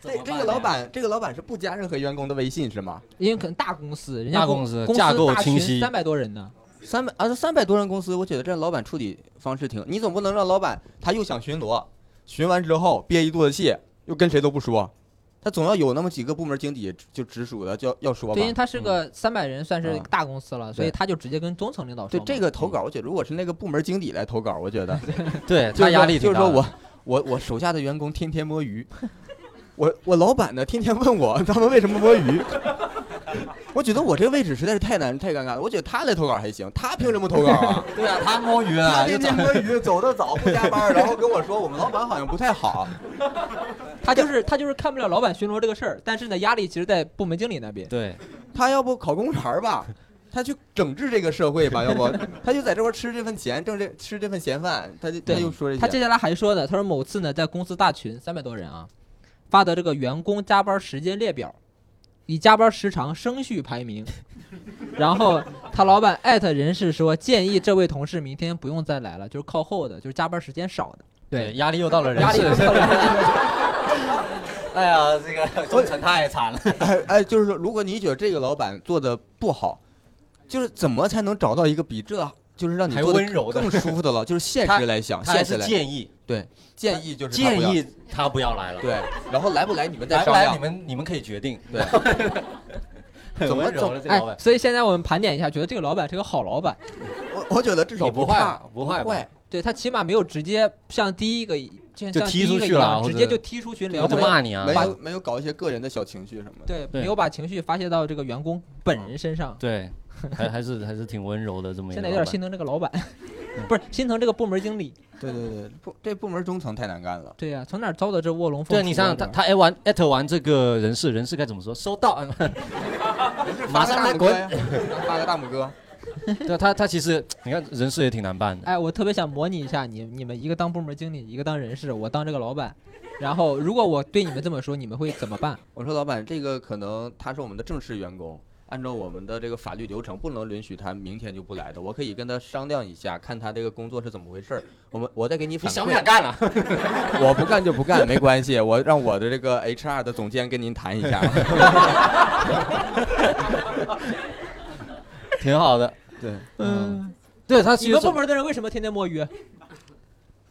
Speaker 1: 这这个老板，这个老板是不加任何员工的微信是吗？
Speaker 4: 因为可能大公司，人家
Speaker 3: 大
Speaker 4: 公
Speaker 3: 公司
Speaker 4: 公司
Speaker 3: 架构
Speaker 4: 大
Speaker 3: 清
Speaker 4: 群
Speaker 3: 晰
Speaker 4: 三百多人呢。
Speaker 1: 三百啊，三百多人公司，我觉得这老板处理方式挺，你总不能让老板他又想巡逻，巡完之后憋一肚子气，又跟谁都不说，他总要有那么几个部门经理就直属的就要要说吧
Speaker 4: 对，因。为他是个三百人，算是
Speaker 1: 嗯
Speaker 4: 大公司了，所以他就直接跟中层领导说
Speaker 1: 对
Speaker 4: 嘛。
Speaker 1: 这个投稿，我觉得如果是那个部门经理来投稿，我觉得
Speaker 3: 嗯 对
Speaker 1: 就
Speaker 3: 他
Speaker 1: 是
Speaker 3: 压
Speaker 1: 说
Speaker 3: 力
Speaker 1: 就是
Speaker 3: 挺大的。
Speaker 1: 说我我我手下的员工天天摸鱼，我我老板呢天天问我他们为什么摸鱼， 我觉得我这个位置实在是太难太尴尬了，我觉得他来投稿还行，他凭什么投 稿 啊？
Speaker 3: 对啊，他摸鱼
Speaker 1: 他
Speaker 3: 啊，就
Speaker 1: 天天
Speaker 3: 找
Speaker 1: 摸鱼，走得早，不 加班，然后跟我说我们老板好像不太好。
Speaker 4: 他就是他就是看不了老板巡逻这个事儿，但是呢，压力其实在部门经理那边。
Speaker 3: 对，
Speaker 1: 他要不考公务员儿吧，他去整治这个社会吧，要不他就在这块儿吃这份钱，挣这吃这份闲饭，他就他
Speaker 4: 对
Speaker 1: 又说这
Speaker 4: 他
Speaker 1: 些
Speaker 4: 接下来还说呢，他说某次呢，在公司大群三百多人啊，发的这个员工加班时间列表，以加班时长升序排名，然后他老板艾特人事说，建议这位同事明天不用再来了，就是靠后的，就是加班时间少的。
Speaker 3: 对，压力又到了人
Speaker 4: 压力
Speaker 3: 事
Speaker 4: 很大
Speaker 3: 哎呀，这个忠诚太惨了。
Speaker 1: 哎哎，就是说，如果你觉得这个老板做的不好，就是怎么才能找到一个比这就是让你
Speaker 3: 还
Speaker 1: 做得
Speaker 3: 温柔的
Speaker 1: 更舒服的了？就是现
Speaker 3: 他
Speaker 1: 实来想，
Speaker 3: 他还
Speaker 1: 现实
Speaker 3: 是
Speaker 1: 来
Speaker 3: 建议，
Speaker 1: 对建议就是他
Speaker 3: 建
Speaker 1: 不要
Speaker 3: 议他不要来了。
Speaker 1: 对，然后来不来你们再
Speaker 3: 来不
Speaker 1: 商
Speaker 3: 来你
Speaker 1: 量。
Speaker 3: 们你们可以决定。
Speaker 1: 对，
Speaker 3: 很
Speaker 1: 怎么
Speaker 3: 温柔的这个
Speaker 4: 哎
Speaker 3: 老，板，
Speaker 4: 所以现在我们盘点一下，觉得这个老板是个好老板，
Speaker 1: 我我觉得至少
Speaker 3: 也不坏
Speaker 1: 差，
Speaker 3: 不坏吧
Speaker 1: 坏。
Speaker 4: 对他起码没有直接像第一个一就
Speaker 3: 就
Speaker 4: 像
Speaker 3: 踢
Speaker 4: 第一
Speaker 3: 出
Speaker 4: 个
Speaker 3: 去
Speaker 4: 一
Speaker 3: 了
Speaker 4: 样
Speaker 3: 或
Speaker 4: 直
Speaker 3: 者
Speaker 4: 接就踢出群
Speaker 3: 我
Speaker 4: 聊
Speaker 1: 就
Speaker 4: 会，
Speaker 3: 就骂你啊
Speaker 1: 没！有没有搞一些个人的小情绪什么的。
Speaker 4: 对，
Speaker 3: 对
Speaker 4: 没有把情绪发泄到这个员工本人身上。
Speaker 3: 对，还还是还是挺温柔的这么一个
Speaker 4: 现在
Speaker 3: 老
Speaker 4: 有
Speaker 3: 板。嗯
Speaker 4: 点心疼这个老板， 不是心疼这个部门经理。
Speaker 1: 对对对，部这部门中层太难干了。
Speaker 4: 对呀、从哪儿招的这卧龙凤雏啊？
Speaker 3: 对你想想，
Speaker 4: 这
Speaker 3: 他他哎完艾特完这个人事，人事该怎么说？收到， 嗯马上来滚！
Speaker 1: 发个大拇哥，
Speaker 3: 对啊他他其实你看人事也挺难办的。
Speaker 4: 哎，我特别想模拟一下你，你们一个当部门经理，一个当人事，我当这个老板。然后，如果我对你们这么说，你们会怎么办？
Speaker 1: 我说老板，这个可能他是我们的正式员工，按照我们的这个法律流程，不能允许他明天就不来的。我可以跟他商量一下，看他这个工作是怎么回事儿。我们我再给你
Speaker 3: 你
Speaker 1: 反馈。
Speaker 3: 想不想干了？
Speaker 1: 我不干就不干，没关系。我让我的这个 HR 的总监跟您谈一下。
Speaker 3: 挺好的。
Speaker 1: 对，
Speaker 3: 嗯，对他
Speaker 4: 你
Speaker 3: 其
Speaker 4: 们
Speaker 3: 实
Speaker 4: 部门的人为什么天天摸鱼？啊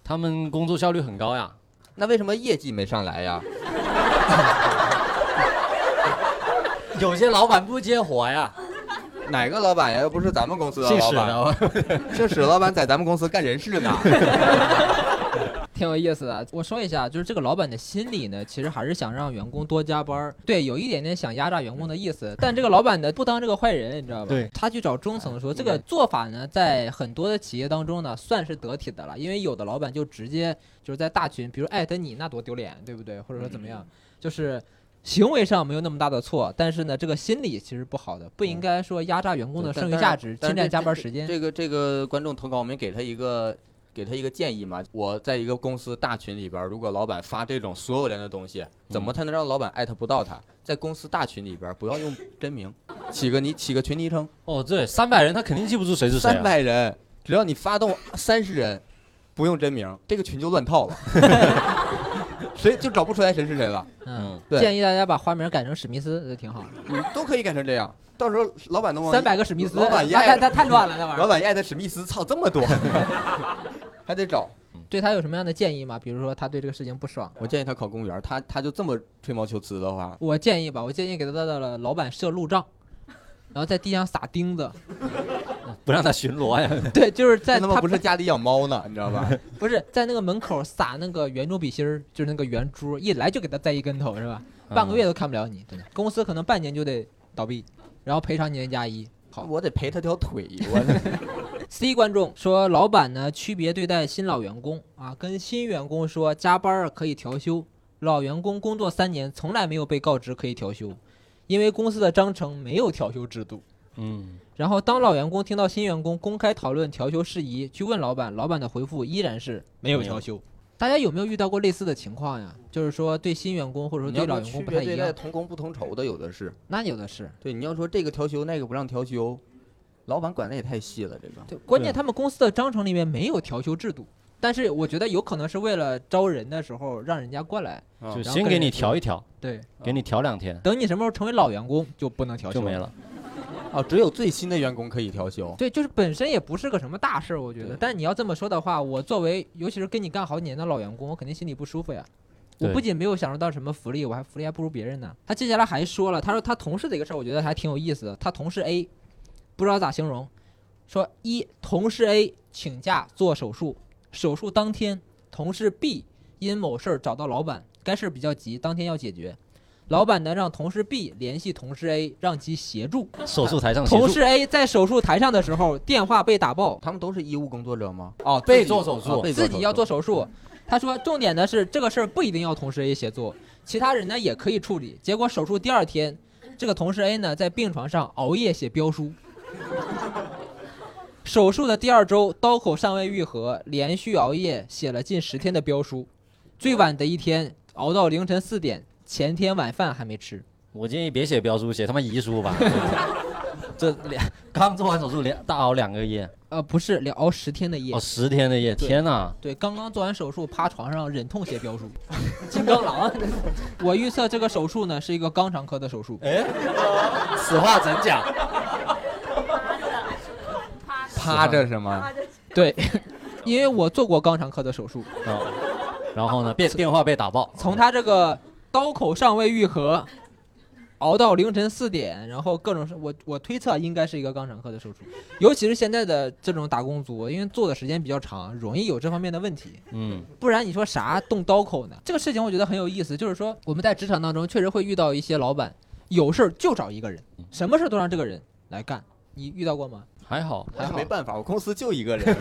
Speaker 3: 他们工作效率很高呀。
Speaker 1: 那为什么业绩没上来呀？
Speaker 3: 有些老板不接活呀，
Speaker 1: 哪个老板呀？又不是咱们公司的
Speaker 3: 姓
Speaker 1: 老
Speaker 3: 史
Speaker 1: 板，
Speaker 3: 的，
Speaker 1: 这史老板在咱们公司干人事呢。
Speaker 4: 挺有意思的。我说一下，就是这个老板的心理呢，其实还是想让员工多加班儿，对，有一点点想压榨员工的意思。但这个老板呢，不当这个坏人，你知道吧？
Speaker 3: 对，
Speaker 4: 他去找中层
Speaker 1: 哎
Speaker 4: 说，这个做法呢，在很多的企业当中呢，算是得体的了，因为有的老板就直接就是在大群，比如艾特你，那多丢脸，对不对？或者说怎么
Speaker 1: 嗯
Speaker 4: 样，就是。行为上没有那么大的错，但是呢，这个心理其实不好的，不应该说压榨员工的
Speaker 1: 嗯对
Speaker 4: 剩余
Speaker 1: 但
Speaker 4: 价值，侵
Speaker 1: 但
Speaker 4: 占
Speaker 1: 是这
Speaker 4: 加班时间。
Speaker 1: 这个这个观众投稿，我们给他一个给他一个建议嘛。我在一个公司大群里边儿，如果老板发这种所有人的东西，怎
Speaker 4: 嗯
Speaker 1: 么才能让老板艾特不到他？在公司大群里边儿，不要用真名，起个你起个群昵称，
Speaker 3: 哦，对，三百人他肯定记不住谁是谁、
Speaker 1: 三
Speaker 3: 啊。
Speaker 1: 百人，只要你发动三十人，不用真名，这个群就乱套 了， 谁就找不出来谁是谁了。
Speaker 4: 嗯，
Speaker 1: 对
Speaker 4: 建议大家把花名改成史密斯，这挺好的。
Speaker 1: 你嗯都可以改成这样，到时候老板能往
Speaker 4: 三百个史密斯，
Speaker 1: 老板
Speaker 4: 那
Speaker 1: 压
Speaker 4: 太太太乱了，那玩意
Speaker 1: 老
Speaker 4: 儿。
Speaker 1: 板爱的史密斯，操这 么多，还得找。
Speaker 4: 对他有什么样的建议吗？比如说他对这个事情不爽，
Speaker 1: 我建议他考公务员，他他就这么吹毛求疵的话，
Speaker 4: 我建议吧，我建议给他到了老板设路障，然后在地上撒钉子。
Speaker 3: 不让他巡逻呀。
Speaker 4: 对，就是在
Speaker 1: 但他
Speaker 4: 他
Speaker 1: 妈不是家里养猫呢，你知道 吧？
Speaker 4: 不是在那个门口撒那个圆珠笔芯儿，就是那个圆珠，一来就给他栽一跟头是吧？半
Speaker 1: 嗯
Speaker 4: 个月都看不了你，真的。公司可能半年就得倒闭，然后赔偿你 N 加一。好
Speaker 1: 我得赔他条腿，我
Speaker 4: ，C 观众说，老板呢区别对待新老员工啊，跟新员工说加班儿可以调休，老员工工作三年从来没有被告知可以调休，因为公司的章程没有调休制度。
Speaker 3: 嗯，
Speaker 4: 然后当老员工听到新员工公开讨论调休事宜，去问老板，老板的回复依然是没有调休。大家有没有遇到过类似的情况呀？就是说对新员工或者说
Speaker 1: 你要
Speaker 4: 对老
Speaker 1: 说
Speaker 4: 员
Speaker 1: 区
Speaker 4: 工不
Speaker 1: 别
Speaker 4: 太一
Speaker 1: 对待
Speaker 4: 样，
Speaker 1: 同工不同酬的有的是。
Speaker 4: 那有的是。
Speaker 1: 对，你要说这个调休，那个不让调休，老板管的也太细了，这个。
Speaker 4: 对，关键他们公司的章程里面没有调休制度，但是我觉得有可能是为了招人的时候让人家过来。
Speaker 1: 啊
Speaker 3: 就先给你调一调，
Speaker 4: 对，
Speaker 3: 给你调两天
Speaker 4: 哦等你什么时候成为老员工就不能调休
Speaker 3: 就没。了。
Speaker 1: 哦，只有最新的员工可以调休。
Speaker 4: 对，就是本身也不是个什么大事儿，我觉得
Speaker 1: 对。
Speaker 4: 但你要这么说的话，我作为尤其是跟你干好几年的老员工，我肯定心里不舒服呀。我
Speaker 3: 对
Speaker 4: 不仅没有享受到什么福利，我还福利还不如别人呢。他接下来还说了，他说他同事的一个事儿，我觉得还挺有意思的。他同事 A 不知道咋形容，说一同事 A 请假做手术，手术当天同事 B 因某事儿找到老板，该事儿比较急，当天要解决。老板呢让同事 B 联系同事 A，让其协助。
Speaker 3: 手术台上协助
Speaker 4: 同事 A 在手术台上的时候，电话被打爆，
Speaker 1: 他们都是医务工作者吗？
Speaker 3: 哦，
Speaker 1: 自
Speaker 3: 被
Speaker 1: 己
Speaker 3: 做手
Speaker 1: 啊
Speaker 3: 术，
Speaker 1: 被
Speaker 4: 自己要
Speaker 1: 手
Speaker 4: 做
Speaker 1: 术。
Speaker 4: 手术。他说，重点的是这个事儿不一定要同事 A 协作，其他人呢也可以处理。结果手术第二天，这个同事 A 呢在病床上熬夜写标书。手术的第二周，刀口尚未愈合，连续熬夜写了近十天的标书，最晚的一天熬到凌晨四点，前天晚饭还没吃。
Speaker 3: 我建议别写标书，写他妈遗书吧。 这两刚做完手术，连大熬两个夜，
Speaker 4: 呃，不是，连熬十天的夜
Speaker 3: 哦，。十天的夜，
Speaker 4: 对
Speaker 3: 天哪！
Speaker 4: 对，刚刚做完手术，趴床上忍痛写标 书，金刚狼。 我预测这个手术呢是一个肛肠科的手术，
Speaker 3: 哎此话怎讲？
Speaker 1: 趴着是吗？
Speaker 4: 对， 因为我做过肛肠科的手术，
Speaker 3: 哦然后呢，被电话被打爆，
Speaker 4: 从他这个刀口尚未愈合，熬到凌晨四点，然后各种我我推测应该是一个肛肠科的手术，尤其是现在的这种打工族，因为做的时间比较长，容易有这方面的问题。
Speaker 3: 嗯，
Speaker 4: 不然你说啥动刀口呢？这个事情我觉得很有意思，就是说我们在职场当中确实会遇到一些老板，有事儿就找一个人，什么事儿都让这个人来干。你遇到过吗？
Speaker 3: 还好，
Speaker 1: 我
Speaker 4: 还
Speaker 1: 是
Speaker 4: 好
Speaker 1: 没。办法，我公司就一 个人。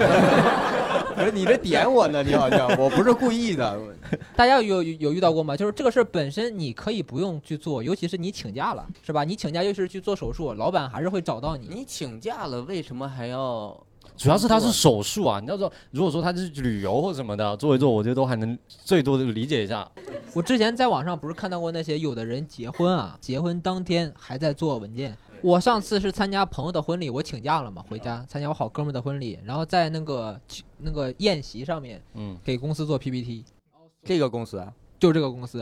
Speaker 1: 不是你这点我呢？你好像我不是故意的。
Speaker 4: 大家有有有遇到过吗？就是这个事儿本身你可以不用去做，尤其是你请假了，是吧？你请假又是去做手术，老板还是会找到你。
Speaker 1: 你请假了，为什么还要
Speaker 3: 主要是他是手术啊，你要说，如果说他是旅游或什么的，做一做，我觉得都还能最多就理解一下。
Speaker 4: 我之前在网上不是看到过那些有的人结婚啊，结婚当天还在做文件。我上次是参加朋友的婚礼，我请假了嘛，回家参加我好哥们儿的婚礼，然后在那个那个宴席上面
Speaker 3: 嗯，
Speaker 4: 给公司做 PPT，
Speaker 1: 这个公司啊？
Speaker 4: 就这个公 司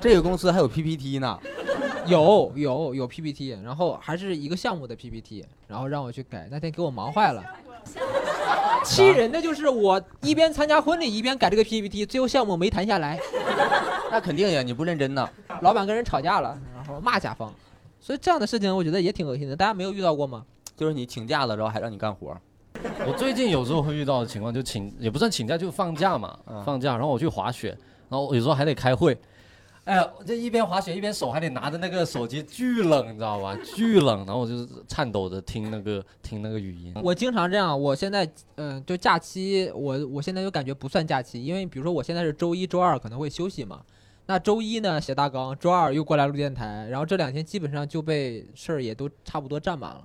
Speaker 1: 这个公司还有 PPT 呢，
Speaker 4: 有有有 PPT，然后还是一个项目的 PPT，然后让我去改，那天给我忙坏了。气人的就是我一边参加婚礼一边改这个 PPT，最后项目没谈下来，
Speaker 1: 那肯定呀，你不认真呐。
Speaker 4: 老板跟人吵架了，然后骂甲方，所以这样的事情我觉得也挺恶心的。大家没有遇到过吗？
Speaker 1: 就是你请假了，然后还让你干活儿，
Speaker 3: 我最近有时候会遇到的情况，就请也不算请假，就放假嘛，
Speaker 1: 嗯
Speaker 3: 放假，然后我去滑雪，然后有时候还得开会。哎呀，我这一边滑雪一边手还得拿着那个手机，巨冷，你知道吧？ 巨冷，然后我就是颤抖着听那个听那个语音。
Speaker 4: 我经常这样，我现在嗯、呃就假期，我我现在就感觉不算假期，因为比如说我现在是周一周二可能会休息嘛，那周一呢写大纲，周二又过来录电台，然后这两天基本上就被事儿也都差不多占满了，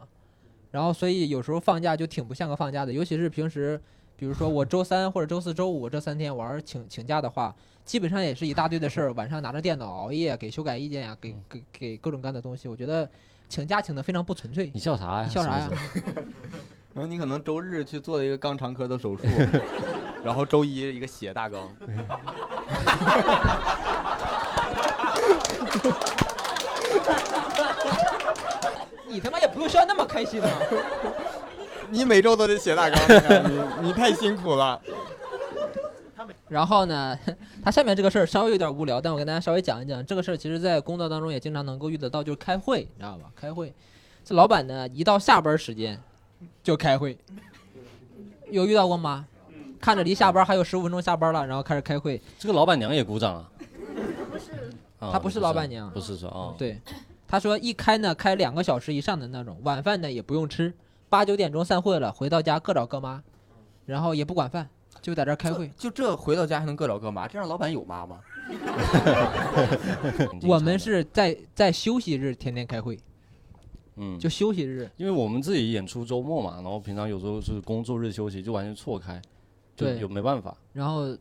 Speaker 4: 然后所以有时候放假就挺不像个放假的，尤其是平时，比如说我周三或者周四周五这三天玩请请假的话，基本上也是一大堆的事儿，晚上拿着电脑熬夜给修改意见呀、给
Speaker 3: 嗯
Speaker 4: 给给各种各样的东西，我觉得请假请的非常不纯粹。
Speaker 3: 你笑啥呀？
Speaker 4: 你笑啥呀
Speaker 3: 是不是？
Speaker 1: 然后你可能周日去做了一个肛肠科的手术， 然后周一一个血大纲。
Speaker 4: 你他妈也不用笑那么开心嘛。
Speaker 1: 你每周都得写大纲，你看你你太辛苦了。
Speaker 4: 然后呢， 他下面这个事儿稍微有点无聊，但我跟大家稍微讲一讲这个事儿。其实，在工作当中也经常能够遇得到，就是开会，你知道吧？开会，这老板呢，一到下班时间就开会，有遇到过吗？看着离下班还有十五分钟下班了，然后开始开会。
Speaker 3: 这个老板娘也鼓掌啊？啊不是，
Speaker 4: 她不是老板娘
Speaker 3: 不是说哦，
Speaker 4: 对，他说一开呢，开两个小时以上的那种，晚饭呢也不用吃，八九点钟散会了，回到家各找各妈，然后也不管饭，就在这儿开会。
Speaker 1: 就这回到家还能各找各妈，这样老板有妈吗？
Speaker 8: 啊
Speaker 3: 挺正常 的
Speaker 4: 我们是在在休息日天天开会，
Speaker 3: 嗯，
Speaker 4: 就休息日。
Speaker 3: 因为我们自己演出周末嘛，然后平常有时候是工作日休息，就完全错开，就
Speaker 4: 对
Speaker 3: 有没办法。
Speaker 4: 然后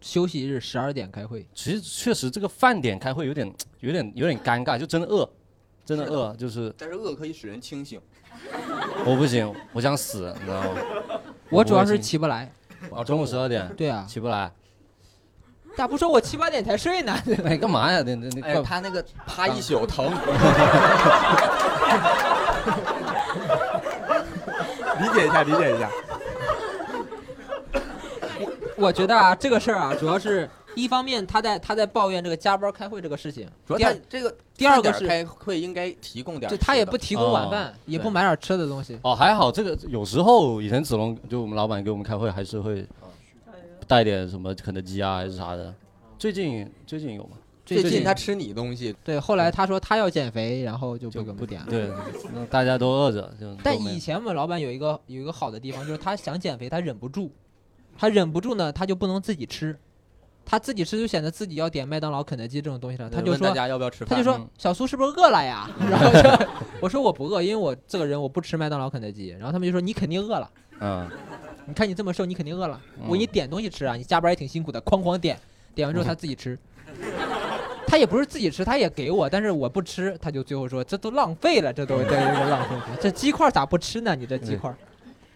Speaker 4: 休息日十二点开会，
Speaker 3: 其实确实这个饭点开会有点有点有点尴尬，就真的饿，真的饿，就是
Speaker 1: 但是饿可以使人清醒。
Speaker 3: 我不行，我想死，你知道吗？
Speaker 4: 我主要
Speaker 3: 不
Speaker 4: 是
Speaker 3: 会
Speaker 4: 起不来。
Speaker 3: 啊，中午十二点
Speaker 4: 对啊，
Speaker 3: 起不来，
Speaker 4: 咋不说我七八点才睡呢？
Speaker 3: 哎，干嘛呀？你你你
Speaker 1: 哎，
Speaker 3: 快
Speaker 1: 他那个趴一宿 疼。理解一下，理解一下。
Speaker 4: 我觉得啊，这个事儿啊，主要是 一方面他在他在抱怨这个加班开会这个事情，
Speaker 1: 主要
Speaker 4: 第
Speaker 1: 他
Speaker 4: 二
Speaker 1: 这个
Speaker 4: 第二个
Speaker 1: 饭
Speaker 4: 是
Speaker 1: 点开会应该提供点儿
Speaker 4: 就
Speaker 1: 吃的，
Speaker 4: 他也不提
Speaker 1: 哦
Speaker 4: 供晚饭，也不
Speaker 1: 对
Speaker 4: 买点吃的东西。
Speaker 3: 哦，还好这个有时候以前子龙就我们老板给我们开会还是会带点什么肯德基啊还是啥的，最近最近有吗？
Speaker 1: 最
Speaker 4: 近
Speaker 1: 近他吃你东西，
Speaker 4: 对，后来他说他要减肥，然后就不给我们点了。
Speaker 3: 对，那大家都饿着，就
Speaker 4: 但
Speaker 3: 都没
Speaker 4: 以前我们老板有一个有一个好的地方，就是他想减肥，他忍不住，他忍不住呢，他就不能自己吃，他自己吃就显得自己要点麦当劳、肯德基这种东西了，他就
Speaker 1: 问
Speaker 4: 说
Speaker 1: 大家要不要吃
Speaker 4: 他
Speaker 1: 饭，
Speaker 4: 就说
Speaker 3: 嗯：“
Speaker 4: 小苏是不是饿了 呀？”然后就我说：“我不饿，因为我这个人我不吃麦当劳、肯德基。”然后他们就说：“你肯定饿了，
Speaker 3: 嗯，
Speaker 4: 你看你这么瘦，你肯定饿了。
Speaker 3: 嗯
Speaker 4: 我给你点东西吃啊，你加班也挺辛苦的，哐哐点，点完之后他自己吃。他也不是自己吃，他也给我，但是我不吃，他就最后说：这都浪费了， 这都这都浪费 了，这鸡块咋不吃呢？你这鸡块。”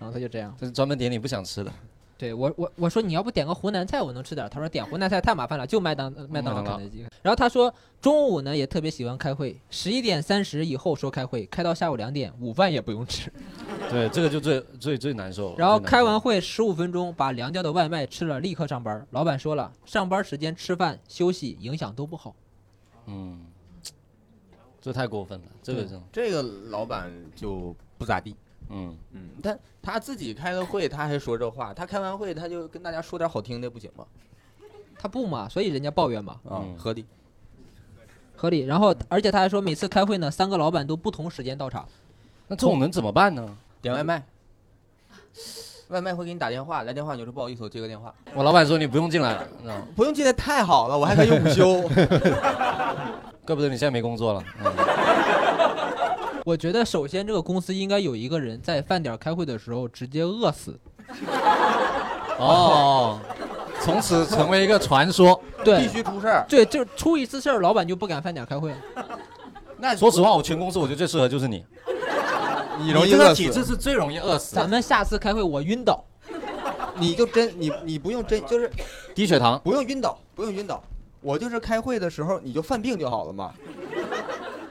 Speaker 4: 然后他就这样，
Speaker 3: 这是专门点你不想吃的，
Speaker 4: 对我我我说你要不点个湖南菜我能吃点儿，他说点湖南菜太麻烦了，就麦当麦当劳
Speaker 3: 麦当劳
Speaker 4: 肯德基。然后他说中午呢也特别喜欢开会，十一点三十以后说开会，开到下午两点，午饭也不用吃。
Speaker 3: 对，这个就最最最难受了。
Speaker 4: 然后
Speaker 3: 最难受
Speaker 4: 开完会十五分钟把凉掉的外卖吃了，立刻上班。老板说了，上班时间吃饭休息影响都不好。
Speaker 3: 嗯，这太过分了，这个真的
Speaker 1: 这个老板就不咋地。
Speaker 3: 嗯，
Speaker 1: 嗯，但他自己开了会，他还说这话。他开完会，他就跟大家说点好听的，不行吗？
Speaker 4: 他不嘛，所以人家抱怨嘛，
Speaker 1: 啊
Speaker 3: 嗯，
Speaker 1: 合理。
Speaker 4: 合理。然后而且他还说每次开会呢，三个老板都不同时间到场。
Speaker 3: 那这种能怎么办呢？
Speaker 1: 点外卖，外卖会给你打电话，来电话你就说不好意思，我接个电话。
Speaker 3: 我老板说你不用进来了，你知道吗
Speaker 1: 不用进来太好了，我还可以午休。
Speaker 3: 怪不得你现在没工作了。嗯
Speaker 4: 我觉得首先这个公司应该有一个人在饭点儿开会的时候直接饿死。
Speaker 3: 哦，从此成为一个传说。
Speaker 4: 对，
Speaker 1: 必须出事儿。
Speaker 4: 对，就出一次事儿，老板就不敢饭点儿开会了。
Speaker 1: 那
Speaker 3: 说实话，我全公司我觉得最适合就是你，
Speaker 1: 你
Speaker 3: 你
Speaker 1: 容易
Speaker 3: 这个
Speaker 1: 饿
Speaker 3: 体质
Speaker 1: 死，
Speaker 3: 是最容易饿死
Speaker 4: 咱
Speaker 3: 的，
Speaker 4: 们下次开会我晕倒，
Speaker 1: 你就真你你不用真就是
Speaker 3: 低血糖。
Speaker 1: 不用晕倒，不用晕倒。我就是开会的时候你就犯病就好了嘛。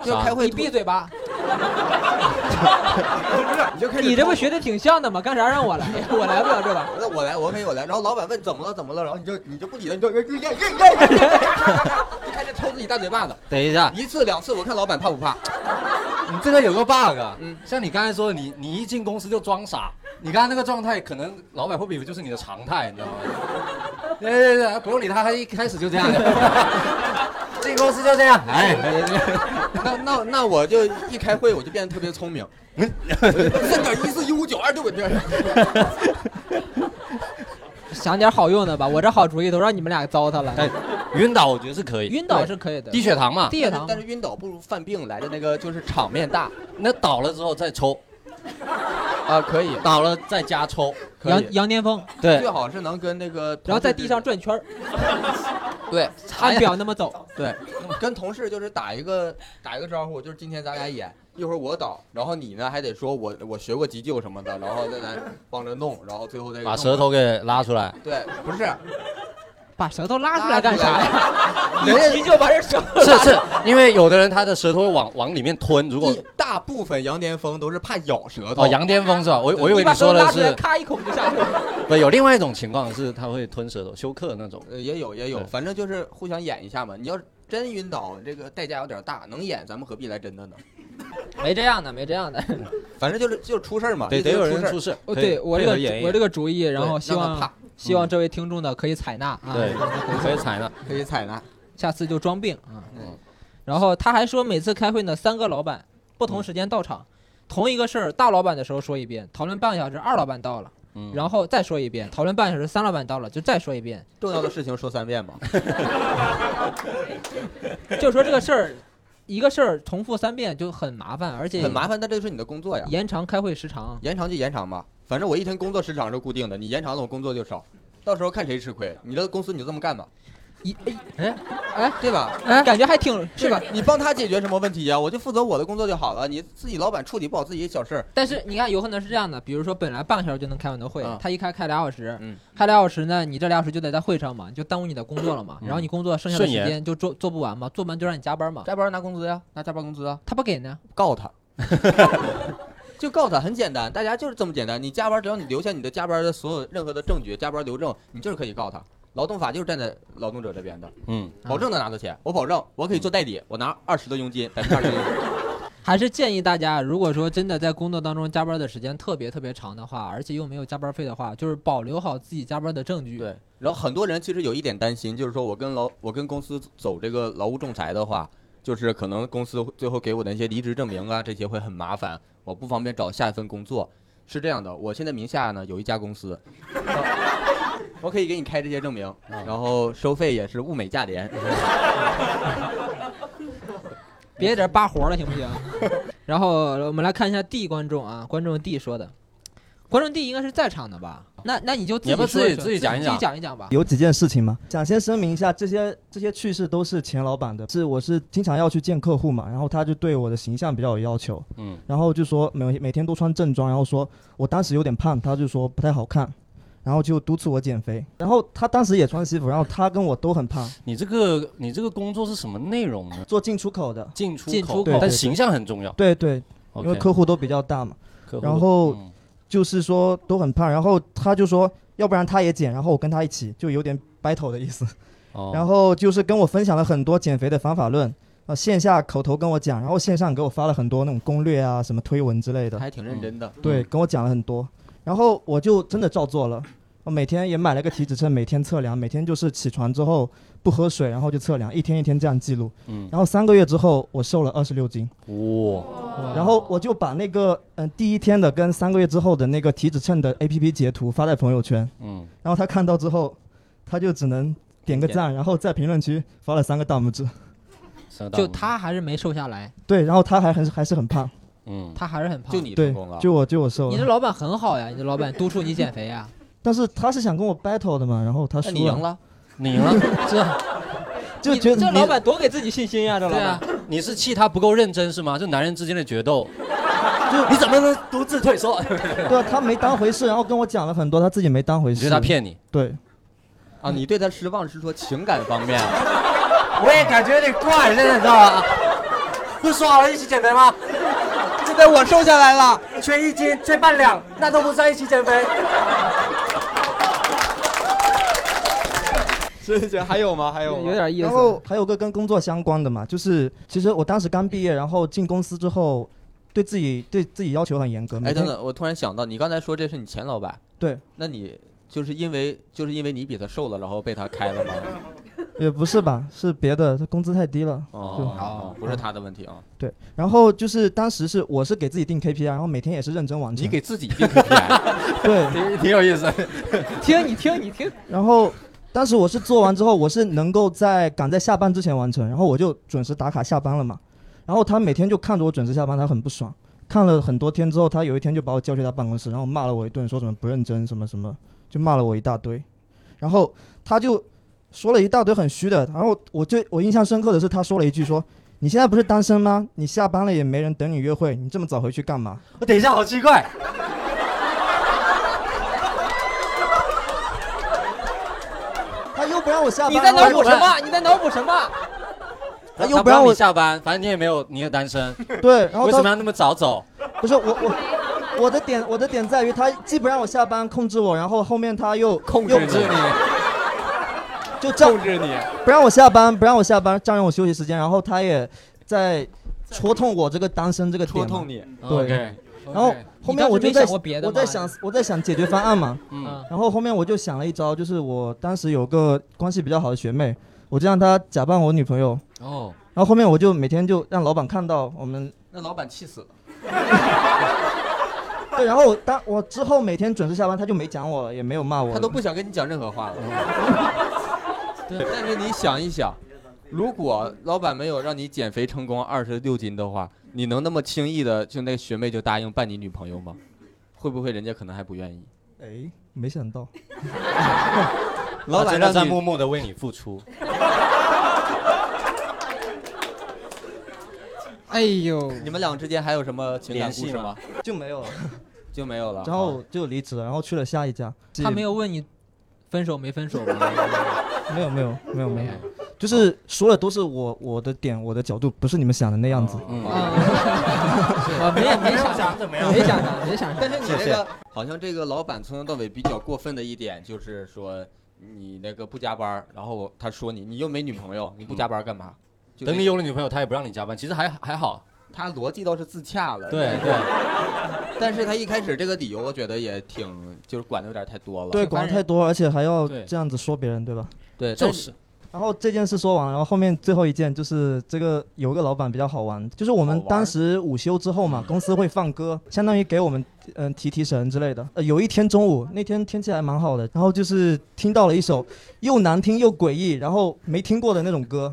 Speaker 1: 就
Speaker 3: 啥
Speaker 1: 开会
Speaker 4: 你
Speaker 1: 突
Speaker 4: 闭嘴吧。
Speaker 1: 你就开始
Speaker 4: 你这不学的挺像的吗？干啥让我来？ 我来不了这玩意儿。
Speaker 1: 那我来，我可以我来。然后老板问怎么了怎么了，然后你就你就不理了，你就就开始抽自己大嘴巴子，
Speaker 3: 等一下，
Speaker 1: 一次两次，我看老板怕不怕？
Speaker 3: 你这个有个 bug，啊
Speaker 1: 嗯
Speaker 3: 像你刚才说的，你你一进公司就装傻，你刚才那个状态，可能老板会不会以为就是你的常 态，你知道吗？对对对，不用理他，他一开始就这样， 进公司就这样，哎，
Speaker 1: 那那那我就一开会我就变得特别聪明，三点一四一五九二对不对？
Speaker 4: 想点好用的吧，我这好主意都让你们俩糟蹋了。
Speaker 3: 哎 晕倒我觉得是可以，
Speaker 4: 晕倒是可以的，
Speaker 3: 低血糖嘛，
Speaker 4: 低血糖
Speaker 1: 但是晕倒不如犯病来的那个就是场面大
Speaker 3: 那倒了之后再抽，
Speaker 1: 啊，可以，
Speaker 3: 倒了再加抽，
Speaker 1: 可
Speaker 4: 羊
Speaker 1: 以，
Speaker 4: 羊癫疯，
Speaker 3: 对
Speaker 1: 最，好是能跟那个，
Speaker 4: 然后在地上转圈儿，
Speaker 1: 对
Speaker 4: 按表那么走。
Speaker 1: 对，跟同事就是打一个打一个招呼，就是今天咱俩演，一会儿我倒，然后你呢还得说我我学过急救什么的，然后再来帮着弄，然后最后再
Speaker 3: 把舌头给拉出来，
Speaker 1: 对，不是
Speaker 4: 把舌头拉出来干啥呀？
Speaker 1: 呀？人
Speaker 4: 一急就把这舌头
Speaker 3: 是是，因为有的人他的舌头会往往里面吞，如果
Speaker 1: 一大部分羊癫疯都是怕咬舌头，
Speaker 3: 哦羊癫疯 是吧？我我以为
Speaker 4: 把
Speaker 3: 你
Speaker 4: 舌头
Speaker 3: 说
Speaker 4: 拉
Speaker 3: 的
Speaker 4: 出来，
Speaker 3: 是，
Speaker 4: 咔一口就下去了。
Speaker 3: 不有另外一种情况是他会吞舌头，休克那种。
Speaker 1: 呃也有也有，
Speaker 3: 对
Speaker 1: 反正就是互相演一下嘛。你要是真晕倒，这个代价有点大，能演咱们何必来真的呢？
Speaker 5: 没这样的，没这样的。
Speaker 1: 反正就是就是出事儿嘛，
Speaker 3: 得得有人
Speaker 1: 出
Speaker 3: 出事。
Speaker 4: 哦，
Speaker 3: 可以
Speaker 4: 对我
Speaker 3: 配
Speaker 4: 这
Speaker 3: 合
Speaker 4: 个
Speaker 3: 演
Speaker 4: 主
Speaker 3: 绎嗯
Speaker 4: 我这个主意，然后
Speaker 1: 对
Speaker 4: 希
Speaker 1: 让他
Speaker 4: 望
Speaker 1: 怕
Speaker 4: 希望这位听众呢可以采纳啊，
Speaker 3: 对，可以采纳。
Speaker 1: 事儿可以采纳。
Speaker 4: 下次就装病啊
Speaker 1: 嗯。
Speaker 4: 然后他还说，每次开会呢，三个老板不
Speaker 3: 嗯
Speaker 4: 同时间到场，同一个事儿，大老板的时候说一遍，讨论半个小时，二老板到了，
Speaker 3: 嗯，
Speaker 4: 然后再说一遍，讨论半个小时，三老板到了，就再说一遍，
Speaker 1: 重要的事情说三遍嘛。
Speaker 4: 就说这个事儿，一个事儿重复三遍就很麻烦，而且
Speaker 1: 很麻烦，但这就是你的工作呀，
Speaker 4: 延长开会时长。啊
Speaker 1: 延长就延长吧。反正我一天工作时长是固定的，你延长了我工作就少，到时候看谁吃亏。你的公司你就这么干吧，
Speaker 4: 一
Speaker 1: 哎，对吧？
Speaker 4: 哎，感觉还挺
Speaker 1: 是吧？你帮他解决什么问题呀、我就负责我的工作就好了。你自己老板处理不好自己的小事儿，
Speaker 4: 但是你看，有可能是这样的，比如说本来半个小时就能开完的会，
Speaker 1: 嗯
Speaker 4: 他一开开俩小时，
Speaker 1: 嗯
Speaker 4: 开俩小时呢，你这俩小时就得在会上嘛，你就耽误你的工作了嘛，
Speaker 3: 嗯
Speaker 4: 然后你工作剩下的时
Speaker 3: 顺
Speaker 4: 间就做做不完嘛，做不完就让你加班嘛，
Speaker 1: 加班拿工资呀、拿加班工资啊，
Speaker 4: 他不给呢，
Speaker 1: 告他。 就告他很简单，大家就是这么简单。你加班，只要你留下你的加班的所有任何的证据，加班留证，你就是可以告他。劳动法就是站在劳动者这边的，
Speaker 3: 嗯，
Speaker 1: 保证能拿到钱。我保证，我可以做代理，我拿二十的佣金，百分之二十的佣金。
Speaker 4: 还是建议大家，如果说真的在工作当中加班的时间特别特别长的话，而且又没有加班费的话，就是保留好自己加班的证据。
Speaker 1: 对，然后很多人其实有一点担心，就是说我跟劳我跟公司走这个劳务仲裁的话，就是可能公司最后给我的一些离职证明啊，这些会很麻烦，我不方便找下一份工作。是这样的，我现在名下呢有一家公司， 我可以给你开这些证明，
Speaker 2: 啊
Speaker 1: 然后收费也是物美价廉。
Speaker 4: 别在这儿扒活了，行不行？ 然后我们来看一下 D 观众啊，观众 D 说的，观众 D 应该是在场的吧？那那你就自
Speaker 3: 你要
Speaker 4: 己
Speaker 3: 不
Speaker 4: 说
Speaker 3: 自己
Speaker 4: 说
Speaker 3: 自己讲一
Speaker 4: 自己
Speaker 3: 讲
Speaker 4: 讲一讲吧。
Speaker 2: 有几件事情嘛，想先声明一下，这些这些趣事都是前老板的，是我是经常要去见客户嘛，然后他就对我的形象比较有要求，
Speaker 3: 嗯，
Speaker 2: 然后就说每每天都穿正装，然后说我当时有点胖，他就说不太好看，然后就督促我减肥，然后他当时也穿西服，然后他跟我都很胖，
Speaker 3: 你这个你这个工作是什么内容呢？
Speaker 2: 做进出口的，
Speaker 3: 进出
Speaker 4: 进出
Speaker 3: 口，
Speaker 2: 对对
Speaker 3: 但
Speaker 2: 对
Speaker 3: 形象很重要。
Speaker 2: 对对，因
Speaker 3: OK，
Speaker 2: 为客户都比较大嘛，
Speaker 3: 客户
Speaker 2: 然后
Speaker 3: 嗯
Speaker 2: 就是说都很胖，然后他就说要不然他也减，然后我跟他一起，就有点 battle 的意思。
Speaker 3: 哦
Speaker 2: 然后就是跟我分享了很多减肥的方法论，呃，线下口头跟我讲，然后线上给我发了很多那种攻略啊、什么推文之类
Speaker 1: 他
Speaker 2: 的，嗯
Speaker 1: 还挺认真的，嗯
Speaker 2: 对，跟我讲了很多，然后我就真的照做了。我每天也买了个体脂秤，每天测量，每天就是起床之后不喝水，然后就测量，一天一天这样记录。
Speaker 3: 嗯，
Speaker 2: 然后三个月之后，我瘦了二十六斤。
Speaker 3: 哇，
Speaker 2: 然后我就把那个嗯、第一天的跟三个月之后的那个体脂秤的 APP 截图发在朋友圈，
Speaker 3: 嗯，
Speaker 2: 然后他看到之后，他就只能点个赞，然后在评论区发了三个大拇指。
Speaker 3: 上当
Speaker 4: 就
Speaker 3: 了，
Speaker 4: 他还是没瘦下来，
Speaker 2: 对，然后他还很还是很胖，
Speaker 3: 嗯，
Speaker 4: 他还是很胖。
Speaker 1: 就你成
Speaker 2: 对
Speaker 1: 功
Speaker 3: 啊
Speaker 1: 了，，
Speaker 2: 就我就我瘦
Speaker 4: 你这
Speaker 2: 了，
Speaker 4: 老板很好呀，你这老板督促你减肥呀。
Speaker 2: 但是他是想跟我 battle 的嘛，然后他
Speaker 1: 那
Speaker 2: 输
Speaker 1: 你赢，了，
Speaker 3: 你 赢了，这
Speaker 2: 就
Speaker 4: 你
Speaker 2: 觉得
Speaker 4: 这
Speaker 2: 你
Speaker 4: 老板多给自己信心呀，这老
Speaker 3: 对啊
Speaker 4: 板。，
Speaker 3: 你是气他不够认真是吗？就男人之间的决斗，就你怎么能独自退缩？
Speaker 2: 对啊，他没当回事，然后跟我讲了很多他自己没当回
Speaker 3: 你
Speaker 2: 事，
Speaker 3: 觉得他？骗你？
Speaker 2: 对，
Speaker 1: 啊，你对他失望是说情感方面，啊
Speaker 3: 我也感觉有点怪，现在你知道吗？不说好了一起减肥吗？
Speaker 4: 对我瘦下来了。
Speaker 9: 缺一斤，缺半两，那都不算一起减 肥。
Speaker 1: 是是，还有吗？还有吗
Speaker 4: 有点意思
Speaker 2: 然。后还有个跟工作相关的嘛，就是其实我当时刚毕业，然后进公司之后，对自己对自己要求很严格。每
Speaker 1: 哎，
Speaker 2: 天
Speaker 1: 等等，我突然想到，你刚才说这是你前老板，
Speaker 2: 对，
Speaker 1: 那你就是因为就是因为你比他瘦了，然后被他开了吗？
Speaker 2: 也不是吧，是别的，他工资太低了。
Speaker 1: 哦，不是他的问题啊，
Speaker 2: 对，然后就是当时是我是给自己定 KPI，然后每天也是认真完成。
Speaker 1: 你给自己定 KPI，
Speaker 2: 对，
Speaker 3: 挺挺有意思。
Speaker 4: 听你听你听，
Speaker 2: 然后当时我是做完之后，我是能够在赶在下班之前完成，然后我就准时打卡下班了嘛。然后他每天就看着我准时下班，他很不爽。看了很多天之后，他有一天就把我叫去他办公室，然后骂了我一顿，说什么不认真，什么什么，就骂了我一大堆。然后他就说了一大堆很虚的。然后我最我印象深刻的是，他说了一句说：“你现在不是单身吗？你下班了也没人等你约会，你这么早回去干嘛？”
Speaker 9: 我等一下，好奇怪，
Speaker 2: 他又不让我下班，
Speaker 4: 你在脑
Speaker 2: 我
Speaker 4: 补什么？你在脑补什么？
Speaker 2: 他
Speaker 3: 他
Speaker 2: 又不让
Speaker 3: 你
Speaker 2: 我
Speaker 3: 下班，反正你也没有，你也单身，
Speaker 2: 对，然后
Speaker 3: 为
Speaker 2: 他
Speaker 3: 什么要那么早走？
Speaker 2: 不是我我我的点我的点在于他既不让我下班控制我，然后后面他又控
Speaker 3: 控制你，
Speaker 2: 就占
Speaker 3: 制你。
Speaker 2: 不让我下班，不让我下班，占用我休息时间，然后他也在戳痛我这个单身这个点
Speaker 1: 戳
Speaker 2: 嘛。
Speaker 1: 痛你。
Speaker 2: 对，
Speaker 3: OK，
Speaker 2: 然后后面我就
Speaker 4: 你当时没
Speaker 2: 在
Speaker 4: 想过别的吗
Speaker 2: 我在想我在想解决方案嘛，
Speaker 3: 嗯，
Speaker 2: 然后后面我就想了一招，就是我当时有个关系比较好的学妹，我就让她假扮我女朋友，
Speaker 3: 哦，
Speaker 2: 然后后面我就每天就让老板看到我们
Speaker 1: 那老板气死了，
Speaker 2: 对，然后我当我之后每天准时下班，他就没讲我了，也没有骂我了，
Speaker 1: 他都不想跟你讲任何话
Speaker 4: 嗯
Speaker 1: 了。 对，但是你想一想，如果老板没有让你减肥成功二十六斤的话，你能那么轻易的就那个学妹就答应办你女朋友吗？会不会人家可能还不愿意？
Speaker 2: 哎，没想到。
Speaker 1: 老板
Speaker 3: 他真的
Speaker 1: 让
Speaker 3: 啊在
Speaker 1: 你
Speaker 3: 默默的为你付出。
Speaker 4: 哎呦，
Speaker 1: 你们俩之间还有什么情感故
Speaker 3: 联
Speaker 1: 事
Speaker 3: 系
Speaker 1: 吗
Speaker 3: 吗？
Speaker 2: 就 没有了。
Speaker 1: 就 没有了。
Speaker 2: 然后就离职了，然后去了下一家。
Speaker 4: 他没有问你分手没分手吗？
Speaker 2: 没有没有没有没有， 就是说的都是我我的点我的角度，不是你们想的那样子。
Speaker 1: 嗯，
Speaker 4: 我啊没有没想
Speaker 9: 想怎么
Speaker 4: 没想到，没想到
Speaker 1: 但。是你这个好像这个老板从头到尾比较过分的一点就是说你那个不加班儿，然后他说你你又没女朋友，你不加班儿干嘛？就
Speaker 3: 等
Speaker 1: 这
Speaker 3: 你有了女朋友，他也不让你加班，其实还还好。
Speaker 1: 他逻辑倒是自洽了，
Speaker 3: 对对，
Speaker 1: 但是他一开始这个理由，我觉得也挺就是管的有点太多了。
Speaker 2: 对，管得太多，而且还要
Speaker 3: 对
Speaker 2: 这样子说别人，对吧？
Speaker 1: 对，
Speaker 3: 就
Speaker 1: 但
Speaker 3: 是
Speaker 2: 然后这件事说完了，然后后面最后一件就是这个有个老板比较好玩，就是我们
Speaker 1: 好玩
Speaker 2: 当时午休之后嘛，公司会放歌，相当于给我们嗯、提提神之类的。呃，有一天中午，那天天气还蛮好的，然后就是听到了一首又难听又诡异，然后没听过的那种歌，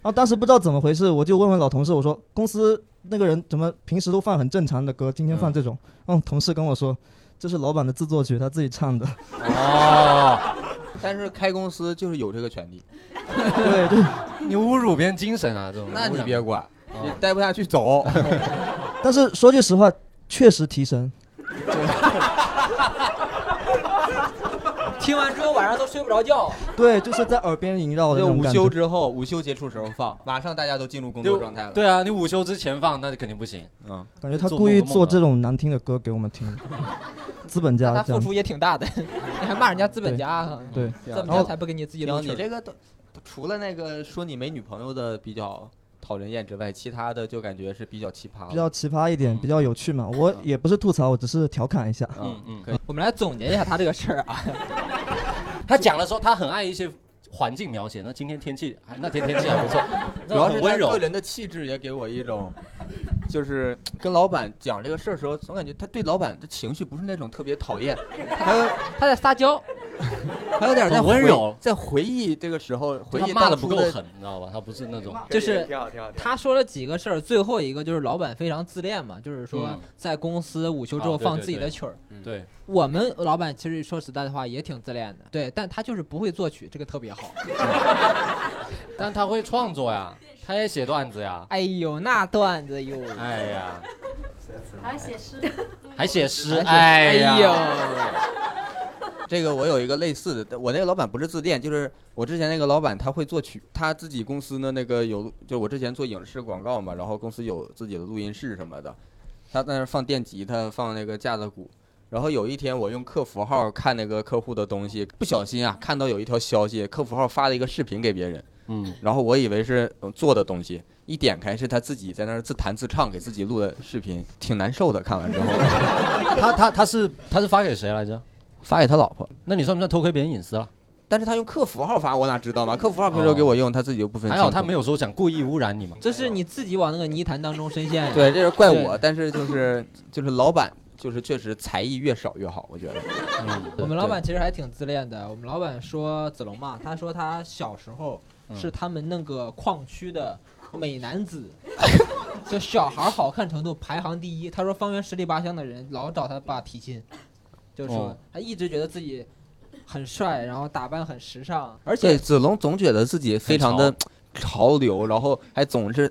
Speaker 2: 然后当时不知道怎么回事，我就问问老同事，我说公司那个人怎么平时都放很正常的歌，今天放这种？嗯，同事跟我说这是老板的自作曲，他自己唱的。
Speaker 3: 哦，
Speaker 1: 但是开公司就是有这个权利，
Speaker 2: 对对。
Speaker 3: 你侮辱别人精神啊，这种。
Speaker 1: 那你别管，
Speaker 3: 哦
Speaker 4: 啊
Speaker 1: 你待不下去 走。
Speaker 2: 但是说句实话，确实提神。
Speaker 4: 听完之后晚上都睡不着觉。
Speaker 2: 对，就是在耳边萦哦绕的那
Speaker 1: 就
Speaker 2: 种
Speaker 1: 午
Speaker 2: 感
Speaker 1: 休
Speaker 2: 觉。
Speaker 1: 之后，午休结束时候放，马上大家都进入工作状态了。，
Speaker 3: 对啊，你午休之前放，那就肯定不行。
Speaker 1: 嗯，
Speaker 2: 感觉他
Speaker 3: 做
Speaker 2: 故
Speaker 3: 梦
Speaker 2: 意
Speaker 3: 都梦啊
Speaker 2: 做
Speaker 3: 到
Speaker 2: 这种难听的歌给我 们听，资本
Speaker 4: 那
Speaker 2: 家
Speaker 4: 他
Speaker 2: 这
Speaker 4: 付
Speaker 2: 样。
Speaker 4: 出也挺大的， 你还骂人家资本家，啊
Speaker 2: 对，
Speaker 4: 资本
Speaker 1: 然
Speaker 4: 家
Speaker 1: 后
Speaker 4: 才不给你自己
Speaker 1: 行，
Speaker 4: 留
Speaker 1: 你
Speaker 4: 气。
Speaker 1: 这个都除了那个说你没女朋友的比较讨人厌之外，其他的就感觉是比较奇葩了。
Speaker 2: 比较奇葩一点，比较有趣嘛。我也不是吐槽，我只是调侃一下。
Speaker 1: 嗯
Speaker 3: 嗯
Speaker 1: 嗯，
Speaker 3: 嗯
Speaker 1: 可以。
Speaker 4: 我们来总结一下他这个事儿啊，
Speaker 3: 他讲的时候，他很爱一些环境描写。那今天天气，还那天天气 还不 错，
Speaker 1: 主要是
Speaker 3: 很
Speaker 1: 他
Speaker 3: 温柔
Speaker 1: 个。人的气质也给我一种，就是跟老板讲这个事儿的时候，总感觉他对老板的情绪不是那种特别讨厌，他有
Speaker 4: 他在撒娇，
Speaker 1: 他有点在
Speaker 3: 很温
Speaker 1: 回
Speaker 3: 柔
Speaker 1: 在回忆这个时候，回
Speaker 3: 他
Speaker 1: 忆
Speaker 3: 骂的
Speaker 1: 当
Speaker 3: 不
Speaker 1: 初
Speaker 3: 够
Speaker 1: 的
Speaker 3: 狠，你知道吧？他不是那种
Speaker 4: 就是
Speaker 9: 挺好挺好。
Speaker 4: 他说了几个事儿，最后一个就是老板非常自恋嘛，就是说
Speaker 3: 嗯
Speaker 4: 在公司午休之后
Speaker 3: 啊对
Speaker 4: 放
Speaker 3: 对
Speaker 4: 自己的
Speaker 3: 对
Speaker 4: 曲儿。
Speaker 3: 对，
Speaker 4: 我们老板其实说实在的话也挺自恋的，对，但他就是不会作曲，这个特别好。
Speaker 3: 但他会创作呀，他也写段子呀，
Speaker 4: 哎呦，那段子哟，
Speaker 3: 哎呀，
Speaker 10: 还写诗，
Speaker 3: 还写诗，
Speaker 4: 哎
Speaker 3: 哎
Speaker 4: 呦
Speaker 3: 呀，，
Speaker 1: 这个我有一个类似的，我那个老板不是自恋，就是我之前那个老板他会作曲，他自己公司呢那个有，就我之前做影视广告嘛，然后公司有自己的录音室什么的，他在那儿放电吉他，放那个架子鼓。然后有一天，我用客服号看那个客户的东西，不小心啊看到有一条消息，客服号发了一个视频给别人，
Speaker 3: 嗯，
Speaker 1: 然后我以为是呃做的东西，一点开是他自己在那儿自弹自唱给自己录的视频，挺难受的。看完之后，
Speaker 3: 他他他是他是发给谁来着？
Speaker 1: 发给他老婆。
Speaker 3: 那你算不算偷窥别人隐私了？
Speaker 1: 但是他用客服号发，我哪知
Speaker 4: 嗯
Speaker 1: 道嘛？客服号平时给我用，他自己就不分。
Speaker 3: 还好他没有说想故意污染你嘛。
Speaker 4: 这是你自己往那个泥潭当中深陷。
Speaker 1: 对，这是怪我，但是就是就是老板，就是确实才艺越少越好，我觉得。
Speaker 3: 嗯
Speaker 4: 我们老板其实还挺自恋的。我们老板说子龙嘛，他说他小时候
Speaker 3: 嗯
Speaker 4: 是他们那个矿区的美男子，就小孩好看程度排行第一。他说方圆十里八乡的人老找他爸提亲，就是说
Speaker 1: 哦
Speaker 4: 他一直觉得自己很帅，然后打扮很时尚，而
Speaker 1: 而
Speaker 4: 且
Speaker 1: 子龙总觉得自己非常
Speaker 3: 嗯
Speaker 1: 的潮流，然后还总是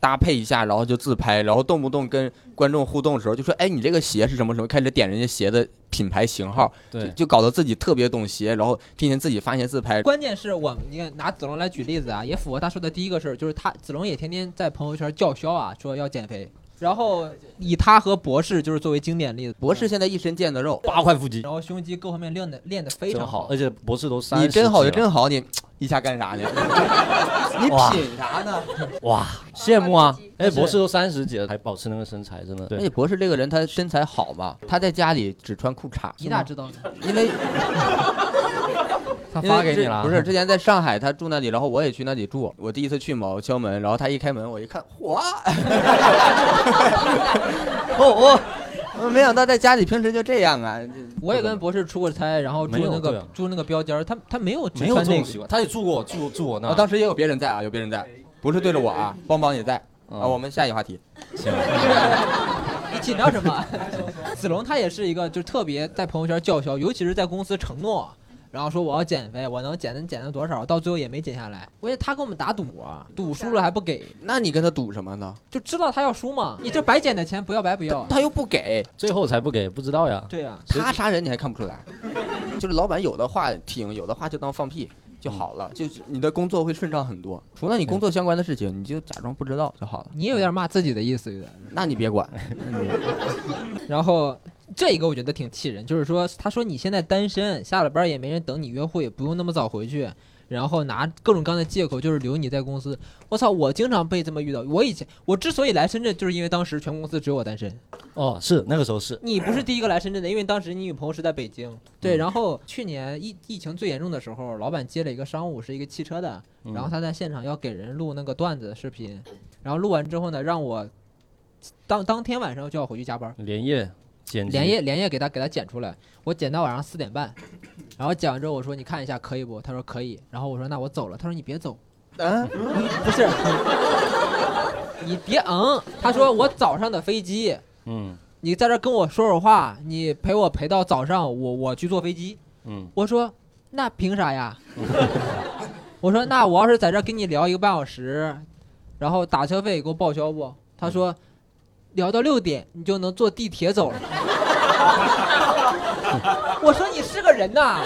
Speaker 1: 搭配一下，然后就自拍，然后动不动跟观众互动的时候就说：“哎，你这个鞋是什么什么？”开始点人家鞋的品牌型号，
Speaker 3: 对
Speaker 1: 就就搞得自己特别懂鞋，然后天天自己发现自拍。
Speaker 4: 关键是我们你看拿子龙来举例子啊，也符合他说的第一个事儿，就是他子龙也天天在朋友圈叫嚣啊，说要减肥。然后以他和博士就是作为经典例子，
Speaker 1: 博士现在一身腱子肉，
Speaker 3: 八块腹肌，
Speaker 4: 然后胸肌各方面练的练的非常
Speaker 3: 真好，而且博士都三
Speaker 1: 你真好就真好，你一下干 啥呢？
Speaker 4: 你
Speaker 3: 哇
Speaker 4: 品啥呢？
Speaker 3: 哇，羡慕啊！哎，
Speaker 1: 但是
Speaker 3: 博士都三十几了还保持那个身材，真的。
Speaker 1: 而且
Speaker 3: 对，
Speaker 1: 博士这个人他身材好嘛，他在家里只穿裤衩。
Speaker 4: 你咋知 道呢？
Speaker 1: 因为
Speaker 3: 他
Speaker 1: 因为
Speaker 3: 发给
Speaker 1: 之
Speaker 3: 你 了，
Speaker 1: 不是，之前在上海，他住那里，然后我也去那里住。我第一次去嘛，我敲门，然后他一开门，我一看，嚯！ 我哦我我没想到在家里平时就这样啊。
Speaker 4: 我也跟博士出过差，然后住
Speaker 3: 没有
Speaker 4: 那
Speaker 3: 对
Speaker 4: 个
Speaker 3: 啊
Speaker 4: 住那个标间儿，他他没有只
Speaker 3: 没有
Speaker 4: 穿
Speaker 3: 这
Speaker 4: 那
Speaker 3: 种
Speaker 4: 个
Speaker 3: 习惯。他 也住过我，住住我那
Speaker 1: 我、。哦当时也有别人在啊，有别人在，不是对着我啊，邦邦也在啊。我们下一个话题，
Speaker 3: 嗯 行，
Speaker 4: 你紧张什么？子龙他也是一个，就是特别在朋友圈叫嚣，尤其是在公司承诺，然后说我要减肥，我能减能减到多少，到最后也没减下来。我也他跟我们打赌啊，赌输了还不给，
Speaker 1: 那你跟他赌什么呢？
Speaker 4: 就知道他要输嘛，你这白捡的钱不要白不要。
Speaker 1: 他又不给，
Speaker 3: 最后才不给，不知道呀。
Speaker 4: 对呀、啊，
Speaker 1: 他啥人你还看不出来？就是老板有的话听，有的话就当放屁就好了，就是你的工作会顺畅很多。除了你工作相关的事情，你就假装不知道就好了。
Speaker 4: 你有点骂自己的意思，有点。
Speaker 1: 那你 别管，
Speaker 4: 然后这一个我觉得挺气人，就是说，他说你现在单身，下了班也没人等你约会，不用那么早回去，然后拿各种各样的借口就是留你在公司。我操，我经常被这么遇到。我以前我之所以来深圳，就是因为当时全公司只有我单身。
Speaker 3: 哦，是那个时候是。
Speaker 4: 你不是第一个来深圳的，因为当时你女朋友是在北京。对，然后去年疫疫情最严重的时候，老板接了一个商务，是一个汽车的，
Speaker 3: 嗯
Speaker 4: 然后他在现场要给人录那个段子视频，然后录完之后呢，让我当当天晚上就要回去加班。
Speaker 3: 连夜剪辑，
Speaker 4: 连夜连夜给他给他剪出来，我剪到晚上四点半，然后剪完之后我说你看一下可以不？他说可以，然后我说那我走了，他说你别走，
Speaker 1: 嗯，
Speaker 4: 不是，你别嗯，他说我早上的飞机，
Speaker 3: 嗯
Speaker 4: 你在这跟我说说话，你陪我陪到早上，我我去坐飞机，
Speaker 3: 嗯，
Speaker 4: 我说那凭啥呀？ 我说那我要是在这跟你聊一个半小时，然后打车费给我报销不？他说聊到六点你就能坐地铁走了。我说你是个
Speaker 1: 哎
Speaker 4: 人呐！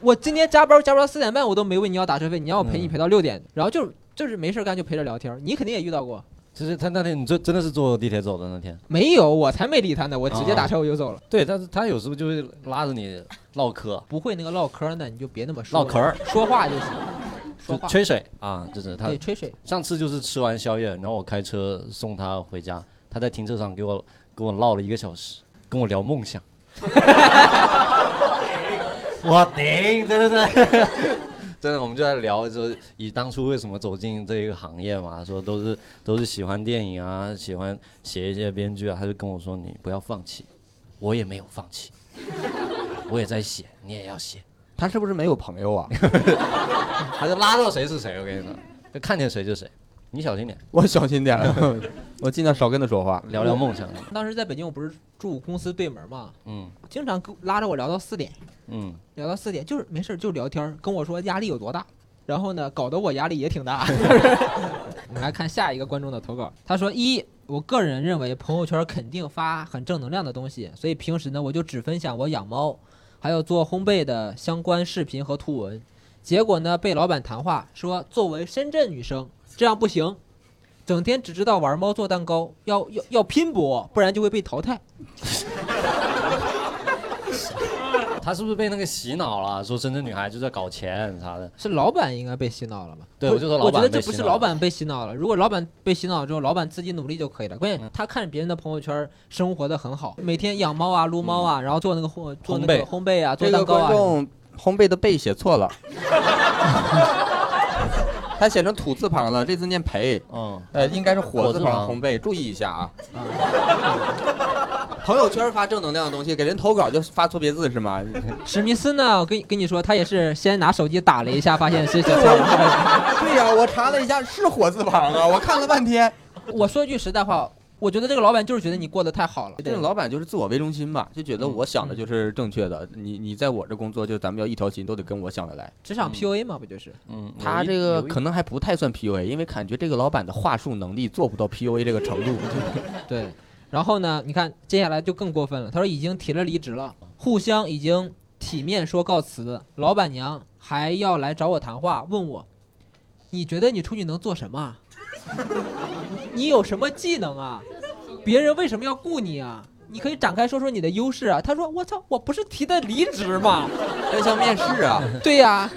Speaker 4: 我今天加班加班到四点半，我都没问你要打车费，你让我陪
Speaker 3: 嗯
Speaker 4: 你陪到六点，然后就就是没事干就陪着聊天。你肯定也遇到过，
Speaker 3: 就是他那天你这真的是坐地铁走的那天。
Speaker 4: 没有我才没理他呢，我直接
Speaker 3: 啊
Speaker 4: 打车我就走了。
Speaker 3: 对，但是他有时候就会拉着你唠嗑，
Speaker 4: 不会那个唠嗑呢，你就别那么说了
Speaker 3: 唠嗑儿
Speaker 4: 说话 就行，说
Speaker 3: 就
Speaker 4: 话
Speaker 3: 吹水啊，就是他
Speaker 4: 对吹水。
Speaker 3: 上次就是吃完宵夜，然后我开车送他回家，他在停车场给我跟我唠了一个小时，跟我聊梦 想。我顶，真的是， 真的，我们就在聊说，以当初为什么走进这一个行业嘛，说都是都是喜欢电影啊，喜欢写一些编剧啊，他就跟我说你不要放弃，我也没有放弃，我也在写，你也要写，
Speaker 1: 他是不是没有朋友啊？
Speaker 3: 他就拉到谁是谁，我跟你说，就看见谁就谁，你小心点，
Speaker 1: 我小心点儿， 我尽量少跟他说话。
Speaker 3: 聊聊梦想，
Speaker 4: 当时在北京，我不是住公司对门嘛，
Speaker 3: 嗯
Speaker 4: 经常跟拉着我聊到四点，
Speaker 3: 嗯。
Speaker 4: 聊到四点就是没事儿就聊天儿，跟我说压力有多大。然后呢，搞得我压力也挺大。 我们来看下一个观众的投稿，他说：一，我个人认为朋友圈肯定发很正能量的东西，所以平时呢，我就只分享我养猫，还有做烘焙的相关视频和图文。结果呢，被老板谈话说，作为深圳女生这样不行，整天只知道玩猫做蛋糕，要要要拼搏，不然就会被淘汰。
Speaker 3: 他是不是被那个洗脑了？说深圳女孩就在搞钱啥的。
Speaker 4: 是老板应该被洗脑了吧？
Speaker 3: 对
Speaker 4: 不
Speaker 3: 我就说老
Speaker 4: 我觉
Speaker 3: 板
Speaker 4: 得这
Speaker 3: 被
Speaker 4: 不
Speaker 3: 洗
Speaker 4: 是
Speaker 3: 脑
Speaker 4: 老
Speaker 3: 了
Speaker 4: 板被洗脑了。如果老板被洗脑了之后，老板自己努力就可以了。关
Speaker 3: 嗯
Speaker 4: 键他看别人的朋友圈生活的很好，每天养猫啊、撸猫
Speaker 3: 嗯
Speaker 4: 啊，然后做那个烘做那个
Speaker 1: 烘
Speaker 4: 烘焙啊、做
Speaker 1: 这个
Speaker 4: 蛋糕
Speaker 1: 观
Speaker 4: 啊什么的。
Speaker 1: 众烘焙的焙写错了， 他写成土字旁了，这次念培。
Speaker 3: 嗯，
Speaker 1: 呃，应该是火字旁
Speaker 3: 火字旁
Speaker 1: 烘焙，注意一下啊。
Speaker 4: 嗯
Speaker 1: 朋友圈发正能量的东西，给人投稿就发错别字是吗？
Speaker 4: 史密斯呢，我跟跟你说，他也是先拿手机打了一下，发现是写
Speaker 1: 对
Speaker 4: 错了。
Speaker 1: 呀、 对呀、我查了一下，是火字旁啊，我看了半天。
Speaker 4: 我说句实在话，我觉得这个老板就是觉得你过得太好了。
Speaker 1: 这种老板就是自我为中心吧，就觉得我想的就是正确的。你你在我这工作，就咱们要一条心，都得跟我想的来。
Speaker 4: 职场 PUA 嘛，不就是？
Speaker 3: 嗯，
Speaker 1: 他这个可能还不太算 PUA，因为感觉这个老板的话术能力做不到 PUA 这个程度。
Speaker 4: 对。然后呢，你看接下来就更过分了，他说已经提了离职了，互相已经体面说告辞，老板娘还要来找我谈话，问我，你觉得你出去能做什么啊？ 你有什么技能啊？别人为什么要雇你啊？你可以展开说说你的优势啊。他说：“我操，我不是提的离职吗？
Speaker 1: 这像面试啊。
Speaker 4: 对呀、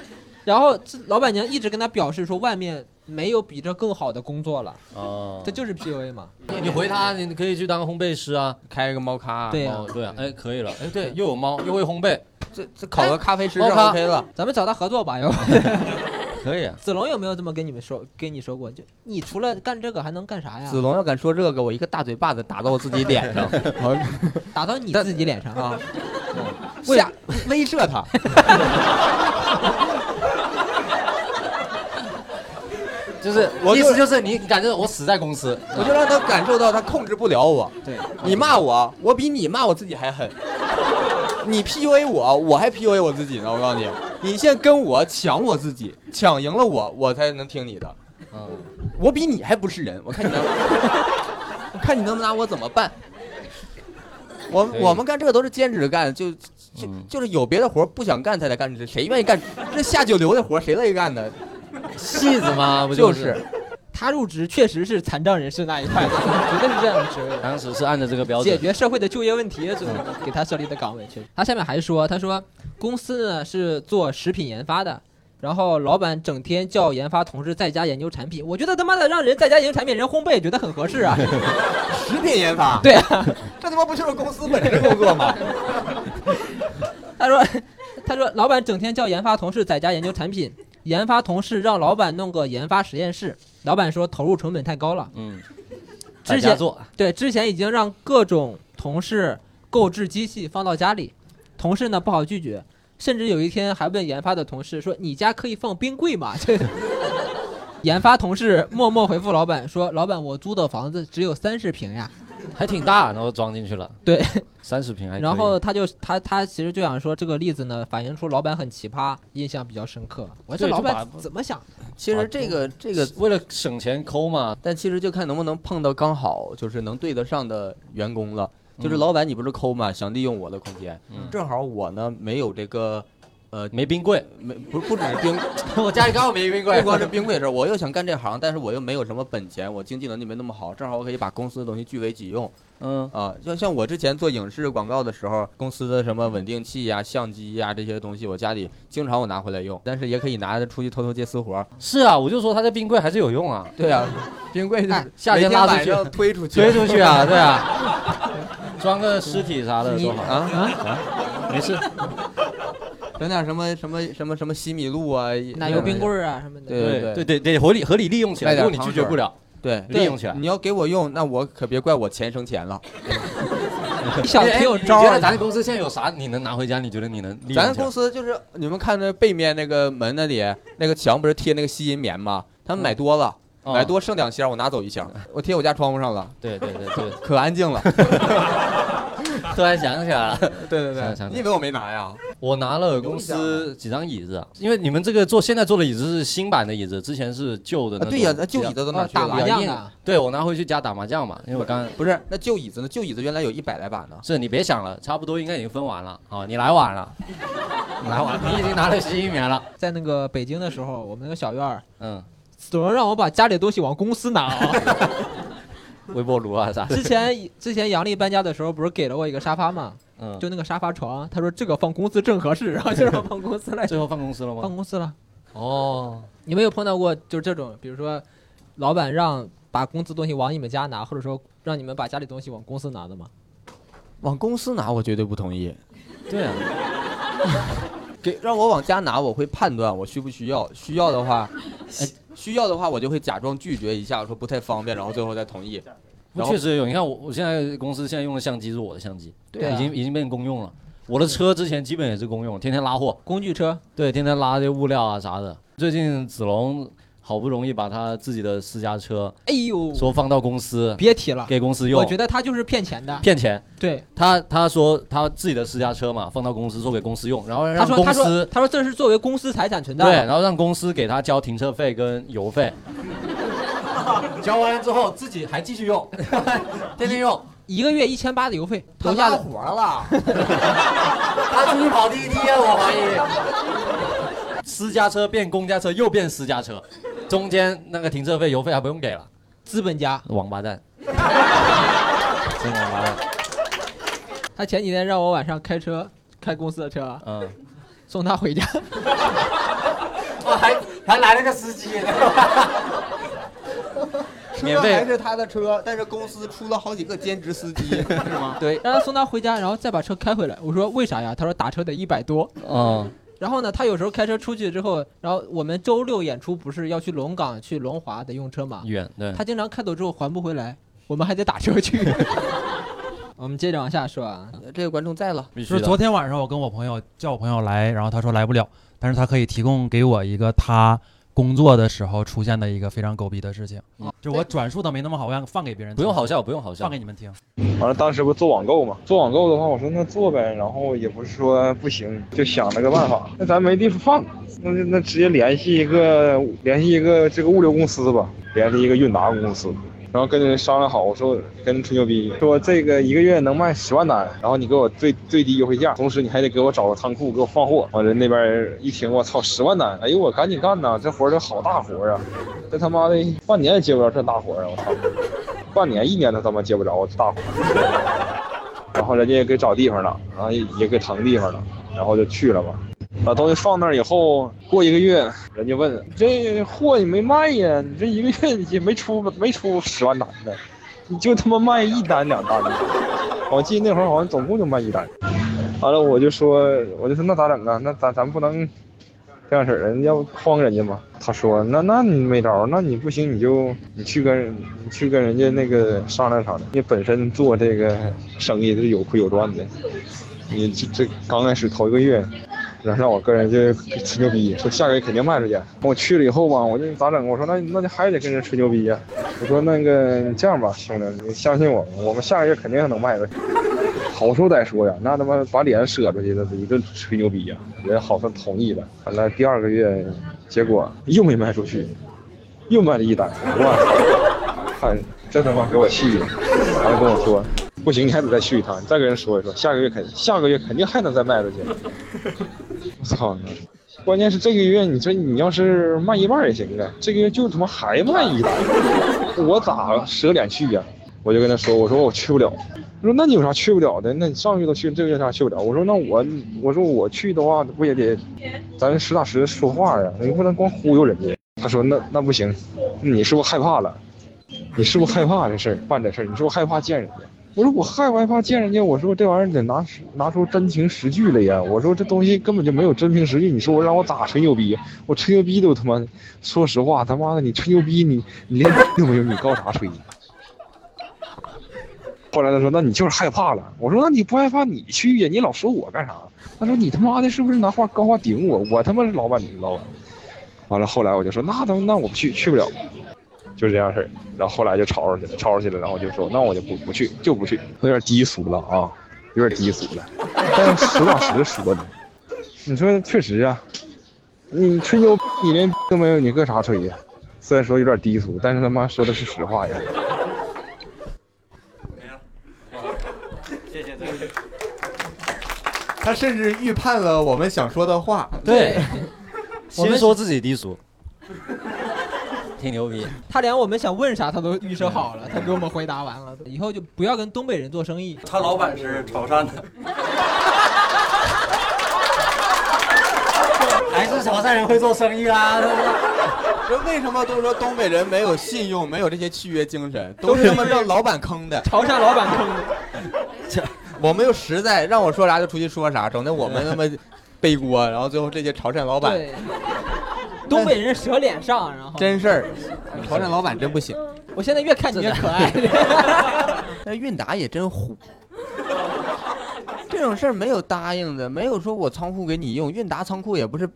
Speaker 4: 然后这老板娘一直跟他表示说，外面没有比这更好的工作了，
Speaker 3: 哦
Speaker 4: 这就是 PUA 嘛。
Speaker 3: 你回他，你可以去当烘焙师啊，
Speaker 1: 开个猫咖。
Speaker 4: 对呀
Speaker 3: 哦对啊，哎，可以了，哎，对，又有猫，又会烘焙，哎
Speaker 1: 这这烤个咖啡师就
Speaker 3: 猫咖
Speaker 1: OK 了。
Speaker 4: 哎咱们找他合作吧，要不
Speaker 3: 可以 啊。
Speaker 4: 子龙有没有这么跟你们说？跟你说过，就你除了干这个还能干啥呀？
Speaker 1: 子龙要敢说这个，我一个大嘴巴子打到我自己脸上，
Speaker 4: 打到你自己脸上啊！为
Speaker 1: 下威慑 他。
Speaker 3: 就是
Speaker 1: 哦我
Speaker 3: 意
Speaker 1: 就
Speaker 3: 思就是你感觉我死在公司，
Speaker 1: 我就让他感受到他控制不了我。
Speaker 4: 对，
Speaker 1: 你骂我，我比你骂我自己还狠。你 PUA 我，我还 PUA 我自己呢。我告诉你，你现在跟我抢我自己，抢赢了我，我才能听你的。
Speaker 3: 嗯，
Speaker 1: 我比你还不是人，我看你能， 我看你能拿我怎么办？我
Speaker 3: 可以
Speaker 1: 我们干这个都是兼职干，就就
Speaker 3: 嗯
Speaker 1: 就是有别的活儿不想干才来干这，谁愿意干这下九流的活儿？谁乐意干呢？
Speaker 3: 戏子嘛，不
Speaker 1: 就是是？
Speaker 4: 他入职确实是残障人士那一块的，绝对是这样的职位。
Speaker 3: 当时是按照这个标
Speaker 4: 解
Speaker 3: 准，嗯
Speaker 4: 决社会的就业问题，这种给他设立的岗位，确实。他下面还说，他说公司呢是做食品研发的，然后老板整天叫研发同事在家研究产品，我觉得他妈的让人在家研究产品，人烘焙觉得很合适 啊。
Speaker 1: 食品研发，
Speaker 4: 对啊，
Speaker 1: 这他妈不就是公司本职工作吗？
Speaker 4: 他说，他说老板整天叫研发同事在家研究产品，研发同事让老板弄个研发实验室，老板说投入成本太高了。
Speaker 3: 嗯，在
Speaker 4: 之
Speaker 3: 家
Speaker 4: 前
Speaker 3: 做，
Speaker 4: 对，之前已经让各种同事购置机器放到家里，同事呢不好拒绝，甚至有一天还问研发的同事说：“你家可以放冰柜吗？” 这研发同事默默回复老板说：“老板，我租的房子只有三十平呀。
Speaker 3: 还挺大，然后装进去了，
Speaker 4: 对，
Speaker 3: 三十平还可以。
Speaker 4: 然后他就他他其实就想说这个例子呢，反映出老板很奇葩，印象比较深刻。我这
Speaker 3: 对
Speaker 4: 老
Speaker 3: 就
Speaker 4: 板
Speaker 3: 把
Speaker 4: 怎么想？
Speaker 1: 其实这个这个
Speaker 3: 为了省钱抠嘛，
Speaker 1: 但其实就看能不能碰到刚好就是能对得上的员工了。就是
Speaker 3: 嗯
Speaker 1: 老板，你不是抠嘛，想利用我的空间，
Speaker 3: 嗯
Speaker 1: 正好我呢没有这个，呃，
Speaker 3: 没冰柜，
Speaker 1: 没不不只是冰，
Speaker 3: 我家里刚好没冰
Speaker 1: 不光是冰柜的事儿，我又想干这行，但是我又没有什么本钱，我经济能力没那么好，正好我可以把公司的东西据为己用
Speaker 3: 嗯，
Speaker 1: 啊。就像我之前做影视广告的时候，公司的什么稳定器呀、相机呀这些东西，我家里经常我拿回来用，但是也可以拿着出去偷偷接私活儿。
Speaker 3: 是啊，我就说他在冰柜还是有用啊，
Speaker 1: 对啊，冰柜是
Speaker 3: 哎夏
Speaker 1: 每
Speaker 3: 天
Speaker 1: 天
Speaker 3: 拉出
Speaker 1: 晚
Speaker 3: 去
Speaker 1: 上推 出去，
Speaker 3: 推出去啊，对啊， 装个尸体啥的多好，
Speaker 1: 啊。
Speaker 3: 没事，
Speaker 1: 整点什么什么什么什么西米露啊，
Speaker 4: 奶油冰棍儿啊什么的。
Speaker 1: 对对
Speaker 3: 对对对，合理合理利用起来，
Speaker 1: 来
Speaker 3: 如
Speaker 1: 点
Speaker 3: 果你拒绝不了，
Speaker 1: 对，
Speaker 3: 利用起来。
Speaker 1: 你要给我用，那我可别怪我钱生钱了。
Speaker 4: 你想挺有招
Speaker 3: 哎你觉
Speaker 4: 儿
Speaker 3: 得
Speaker 4: 的。
Speaker 3: 咱这公司现在有啥你能拿回家？你觉得你能利用
Speaker 1: 咱
Speaker 3: 起来
Speaker 1: 公司就是你们看那背面那个门那里那个墙不是贴那个吸音棉吗？他们买多了，
Speaker 3: 哦
Speaker 1: 买多剩两箱，我拿走一箱，我贴我家窗户上了，
Speaker 3: 嗯对对对对，
Speaker 1: 可安静了。
Speaker 3: 突然想起来了，
Speaker 1: 对对
Speaker 3: 想想
Speaker 1: 你以为我没拿呀？
Speaker 3: 我拿了公司几张椅子，啊因为你们这个做现在做的椅子是新版的椅子，之前是旧的
Speaker 1: 啊
Speaker 3: 那种。
Speaker 1: 对呀，那旧椅子都哪
Speaker 4: 哦
Speaker 1: 去
Speaker 4: 打麻
Speaker 1: 了？
Speaker 4: 将
Speaker 3: 硬
Speaker 4: 的，
Speaker 3: 对我拿回去家打麻将嘛，因为我刚。
Speaker 1: 不是，那旧椅子呢？旧椅子原来有一百来把呢。
Speaker 3: 是你别想了，差不多应该已经分完了。好，你来 晚了， 你来晚了，你已经拿了吸音棉了。
Speaker 4: 在那个北京的时候，我们那个小院儿
Speaker 3: 嗯，
Speaker 4: 怎么让我把家里的东西往公司拿啊？
Speaker 3: 微波炉啊啥的。
Speaker 4: 之前之前杨丽搬家的时候，不是给了我一个沙发吗？
Speaker 3: 嗯
Speaker 4: 就那个沙发床，他说这个放公司正合适，然后就让我放公司来。
Speaker 3: 最后放公司了吗？
Speaker 4: 放公司了。
Speaker 3: 哦，
Speaker 4: 你们有碰到过就是这种，比如说老板让把工资东西往你们家拿，或者说让你们把家里东西往公司拿的吗？
Speaker 1: 往公司拿我绝对不同意。
Speaker 3: 对啊，
Speaker 1: 给让我往家拿，我会判断我需不需要，需要的话，哎需要的话我就会假装拒绝一下，说不太方便，然后最后再同意。然后
Speaker 3: 确实有。你看我，我现在公司现在用的相机是我的相机，
Speaker 1: 对啊
Speaker 3: 已经已经变公用了。我的车之前基本也是公用，天天拉货，
Speaker 4: 工具车，
Speaker 3: 对，天天拉这物料啊啥的。最近子龙好不容易把他自己的私家车，
Speaker 4: 哎呦，
Speaker 3: 说放到公司，
Speaker 4: 别提了，
Speaker 3: 给公司用，
Speaker 4: 我觉得他就是骗钱的。
Speaker 3: 骗钱。
Speaker 4: 对
Speaker 3: 他，他说他自己的私家车嘛，放到公司说给公司用，然后
Speaker 4: 他
Speaker 3: 让
Speaker 4: 说
Speaker 3: 公
Speaker 4: 他说
Speaker 3: 司
Speaker 4: 他说这是作为公司财产存在
Speaker 3: 对，
Speaker 4: 的。
Speaker 3: 然后让公司给他交停车费跟油费，
Speaker 9: 交完了之后自己还继续用， 天天用，
Speaker 4: 一个月一千八的油费，
Speaker 9: 他
Speaker 4: 投
Speaker 9: 拉
Speaker 4: 下的
Speaker 9: 活了，他出去跑滴滴了，我怀疑。
Speaker 3: 私家车变公家车又变私家车，中间那个停车费油费还不用给了，
Speaker 4: 资本家。
Speaker 3: 王八 蛋，真王八蛋，
Speaker 4: 他前几天让我晚上开车开公司的车啊
Speaker 3: 嗯，
Speaker 4: 送他回家，
Speaker 9: 我哦还还来了个司机，
Speaker 3: 免
Speaker 1: 还
Speaker 3: 费
Speaker 1: 是他的车，但是公司出了好几个兼职司机，是吗？
Speaker 3: 对，
Speaker 4: 让他送他回家，然后再把车开回来。我说为啥呀？他说打车得一百多。
Speaker 3: 嗯
Speaker 4: 然后呢，他有时候开车出去之后，然后我们周六演出不是要去龙岗、去龙华得用车嘛？
Speaker 3: 远对，
Speaker 4: 他经常开走之后还不回来，我们还得打车 去。我们接着往下说啊，
Speaker 1: 这个观众在了，
Speaker 3: 必
Speaker 11: 就
Speaker 3: 须
Speaker 11: 是昨
Speaker 3: 的，
Speaker 11: 天晚上我跟我朋友叫我朋友来，然后他说来不了，但是他可以提供给我一个他工作的时候出现的一个非常狗逼的事情，就我转述的没那么好，让放给别人
Speaker 3: 嗯不
Speaker 11: 听，
Speaker 3: 用好笑，不用好笑
Speaker 11: 放给，你们听。
Speaker 12: 完了，当时不做网购嘛，做网购的话，我说那做呗，然后也不是说不行，就想了个办法。那咱没地方放，那就那直接联系一个联系一个这个物流公司吧，联系一个韵达公司，然后跟人商量好，我说跟人吹牛逼，说这个一个月能卖十万单，然后你给我最最低优惠价，同时你还得给我找个仓库给我放货。完人那边一听，我操，十万单，哎呦我赶紧干呐，这活儿这好大活儿啊，这他妈的半年也接不着这大活儿啊，我操，半年一年都他妈接不着大活儿。然后人家也给找地方了，然后也也给腾地方了，然后就去了嘛。把东西放那儿以后，过一个月，人家问这货你没卖呀？你这一个月也没出没出十万单呢，你就他妈卖一单两单的。我记得那会儿好像总共就卖一单。完了我就说，我就说那咋整啊？那咱咱不能这样式儿的，要不诓人家嘛。他说那那你没招儿，那你不行你就你去跟人你去跟人家那个商量商量，你本身做这个生意是有亏有赚的，你这这刚开始头一个月。然后让我跟人家吹牛逼，说下个月肯定卖出去。我去了以后吧，我就咋整？我说那那就还得跟人吹牛逼呀、我说那个你这样吧，兄弟，你相信我，我们下个月肯定能卖出去。好处再说呀，那他妈把脸遮出去，那一顿吹牛逼呀、人好像同意了。完了第二个月，结果又没卖出去，又卖了一单，我操！看，这他妈给我气的，然后跟我说，不行，你还得再续一趟，你再跟人说一说，下个月肯下个月肯定还能再卖出去。 我操！关键是这个月，你说你要是卖一半儿也行啊，这个月就他妈还卖一单，我咋舍脸去呀、我就跟他说，我说我去不了。他说那你有啥去不了的？那你上个月都去，这个月啥去不了？我说那我我说我去的话，不也得咱实打实说话呀？你不能光忽悠人家。他说那那不行，你是不是害怕了？你是不是害怕这事儿办这事儿？你是不是害怕见人家？我说我害不害怕见人家？我说这玩意儿得拿实拿出真情实据来呀！我说这东西根本就没有真凭实据，你说我让我咋吹牛逼？我吹牛逼都他妈，说实话他妈的你吹牛逼你你连都没有，你高啥吹？后来他说那你就是害怕了。我说那你不害怕你去呀？你老说我干啥？他说你他妈的是不是拿话高话顶我？我他妈是老板，你知道吧？完了后来我就说那他妈那我不去，去不了。就是这样式儿。然后后来就吵吵起来，吵吵起来，然后我就说那我就不不去，就不去，有点低俗了啊，有点低俗了。但是实打实说的， 你说确实啊，你吹牛你连都没有，你搁啥吹呀？虽然说有点低俗，但是他妈说的是实话呀。
Speaker 9: 谢谢对不起
Speaker 1: 他甚至预判了我们想说的话。
Speaker 3: 对，
Speaker 1: 我们
Speaker 3: 先说自己低俗，挺牛逼。
Speaker 4: 他连我们想问啥他都预设好了，他给我们回答完了。以后就不要跟东北人做生意。
Speaker 9: 他老板是潮汕的，
Speaker 3: 还是潮汕人会做生意啦、
Speaker 1: 这为什么都说东北人没有信用，没有这些契约精神，都是他妈让老板坑的，
Speaker 4: 潮汕老板坑的。
Speaker 1: 我们又实在，让我说啥就出去说啥，整的我们他 妈背锅，然后最后这些潮汕老板
Speaker 4: 对，东北人折脸上，然后
Speaker 1: 真事儿，潮汕老板真不行。
Speaker 4: 我现在越看你越可爱。
Speaker 1: 但韵达也真虎，这种事儿没有答应的，没有说我仓库给你用，韵达仓库也不是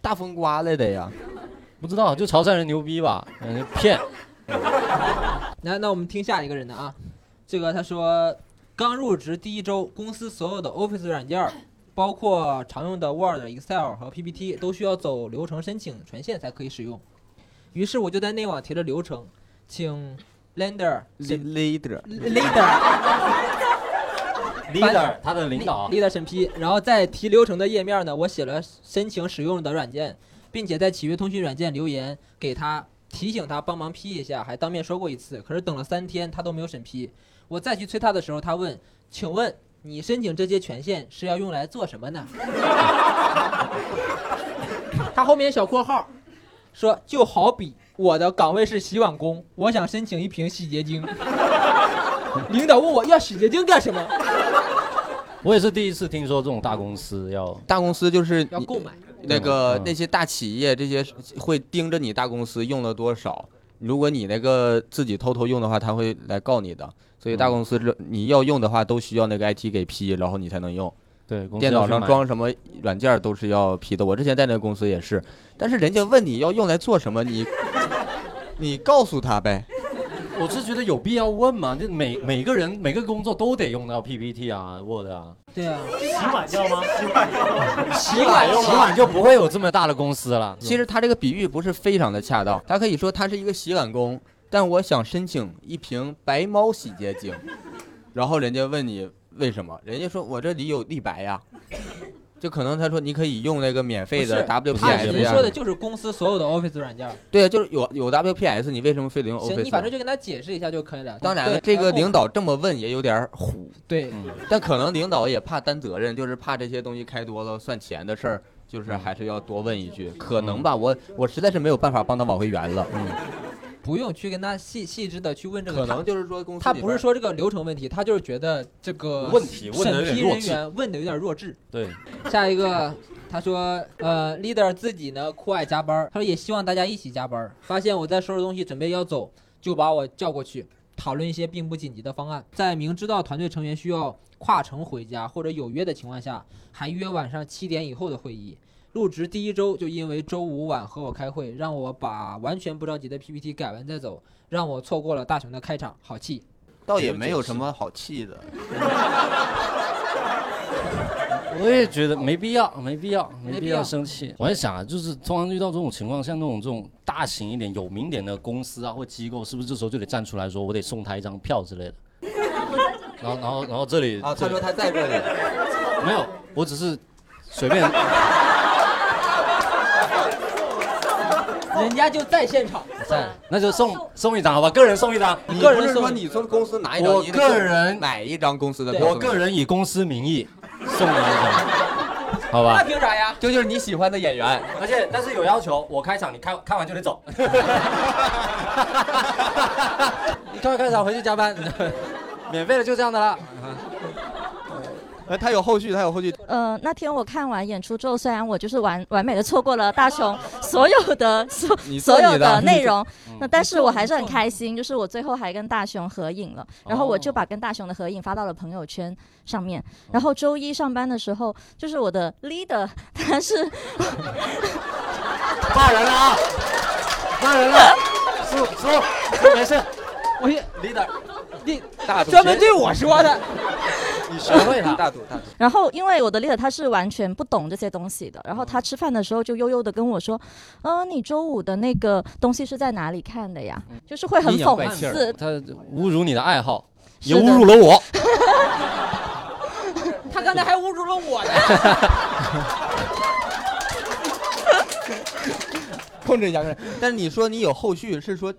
Speaker 1: 大风刮来的呀。
Speaker 3: 不知道，就潮汕人牛逼吧？嗯，骗。
Speaker 4: 那那我们听下一个人的啊，这个他说刚入职第一周，公司所有的 Office 软件儿，包括常用的 Word、Excel 和 PPT 都需要走流程申请权限才可以使用。于是我就在内网提了流程，请 Lender
Speaker 1: leader
Speaker 3: leader 他的领
Speaker 9: 啊
Speaker 3: 导
Speaker 4: leader 审批，然后在提流程的页面呢，我写了申请使用的软件，并且在企约通讯软件留言给他提醒他帮忙批一下，还当面说过一次。可是等了三天，他都没有审批。我再去催他的时候，他问：“请问你申请这些权限是要用来做什么呢？”他后面小括号说：“就好比我的岗位是洗碗工，我想申请一瓶洗洁 精。”领导问我要洗洁精干什么？
Speaker 3: 我也是第一次听说这种大公司要
Speaker 1: 大公司就是
Speaker 4: 要购买
Speaker 1: 那个
Speaker 3: 嗯
Speaker 1: 那些大企业，这些会盯着你大公司用了多少。如果你那个自己偷偷用的话，他会来告你
Speaker 3: 嗯
Speaker 1: 的。所以大公司这你要用的话，都需要那个 IT 给批，然后你才能用。
Speaker 3: 对公司
Speaker 1: 电脑
Speaker 3: 要
Speaker 1: 上
Speaker 3: 去买
Speaker 1: 装什么软件都是要批的。我之前在那个公司也是，但是人家问你要用来做什么，你 你告诉他呗。
Speaker 3: 我是觉得有必要问嘛，就每每个人每个工作都得用到 PPT 啊、Word 啊，
Speaker 4: 对啊，
Speaker 9: 洗碗要吗？洗碗要，
Speaker 3: 洗碗洗碗就不会有这么大的公司了。
Speaker 1: 其实他这个比喻不是非常的恰当，他可以说他是一个洗碗工，但我想申请一瓶白猫洗洁精，然后人家问你为什么，人家说我这里有立白呀，就可能他说你可以用那个免费的
Speaker 4: 不是按
Speaker 1: WPS
Speaker 4: 理说的
Speaker 1: 呀，
Speaker 4: 就是公司所有的 Office 软件儿。
Speaker 1: 对，啊就是有有 WPS，你为什么非得用
Speaker 4: 行，你反
Speaker 1: Office？
Speaker 4: 正就跟他解释一下就可以了。
Speaker 1: 当然
Speaker 4: 对
Speaker 1: 了，这个领导这么问也有点儿虎，
Speaker 4: 对，
Speaker 1: 但可能领导也怕担责任，就是怕这些东西开多了算钱的事儿，就是还是要多问一句，可能吧，我我实在是没有办法帮他往回圆了，嗯。
Speaker 4: 不用去跟他细细致的去问这个，
Speaker 1: 可能就是说公司
Speaker 4: 他
Speaker 1: 里
Speaker 4: 不是
Speaker 1: 边
Speaker 4: 说这个流程问题，他就是觉得这个
Speaker 3: 问题问得
Speaker 4: 审
Speaker 3: 有点
Speaker 4: 批
Speaker 3: 弱
Speaker 4: 人
Speaker 3: 智
Speaker 4: 员问的有点弱智。
Speaker 3: 对，
Speaker 4: 下一个，他说，呃，leader 自己呢酷爱加班儿，他说也希望大家一起加班儿。发现我在收拾东西准备要走，就把我叫过去讨论一些并不紧急的方案。在明知道团队成员需要跨城回家或者有约的情况下，还约晚上七点以后的会议。入职第一周就因为周五晚和我开会，让我把完全不着急的 PPT 改完再走，让我错过了大熊的开场，好气。
Speaker 1: 倒也没有什么好气的。
Speaker 3: 我也觉得没必要，没必要，没
Speaker 4: 没必
Speaker 3: 必要
Speaker 4: 要
Speaker 3: 生气。我在想啊，就是通常遇到这种情况，像那种这种大型一点、有名点的公司啊或机构，是不是这时候就得站出来说，我得送他一张票之类的？然后，然后，然后这里
Speaker 1: 啊，他说他在这里，
Speaker 3: 没有，我只是随便。
Speaker 4: 人家就在现 场，
Speaker 3: 在，那就送送一张好吧，个人送一张。
Speaker 1: 你
Speaker 3: 个
Speaker 1: 不
Speaker 3: 人
Speaker 1: 是说
Speaker 3: 送，
Speaker 1: 你从公司拿一张，
Speaker 3: 我
Speaker 1: 你得
Speaker 3: 个人
Speaker 1: 买一张公司的票，
Speaker 3: 我个人以公司名义送你一张，好吧？
Speaker 4: 凭啥呀？
Speaker 1: 这就是你喜欢的演员，
Speaker 3: 而且但是有要求，我开场你开开完就得 走。你开完开场回去加班， 免费的就这样的啦。
Speaker 1: 呃，他有后续，他有后续。
Speaker 10: 呃，那天我看完演出之后，虽然我就是完完美的错过了大雄所有的所
Speaker 8: 你做
Speaker 10: 所有
Speaker 8: 你的
Speaker 10: 的内容，那但是我还是很开心，就是我最后还跟大雄合影了，然后我就把跟大雄的合影发到了朋友圈上面。然后周一上班的时候，就是我的 leader，他 是
Speaker 3: 骂人 了啊！骂人了，叔叔，没事，
Speaker 4: 我
Speaker 3: leader，
Speaker 4: 你
Speaker 1: 大
Speaker 4: 专门对我说的，
Speaker 3: 你学会了，
Speaker 1: 大度大度。
Speaker 10: 然后因为我的 leader 他是完全不懂这些东西的，然
Speaker 3: 嗯
Speaker 10: 后他吃饭的时候就悠悠的跟我说，呃，你周五的那个东西是在哪里看的呀？
Speaker 3: 嗯
Speaker 10: 就是会很讽刺，
Speaker 3: 他侮辱你的爱好，也
Speaker 10: 是的
Speaker 3: 侮辱了 我。
Speaker 4: 他刚才还侮辱 了我呢。
Speaker 1: 控制一下，控制。但是你说你有后续，是说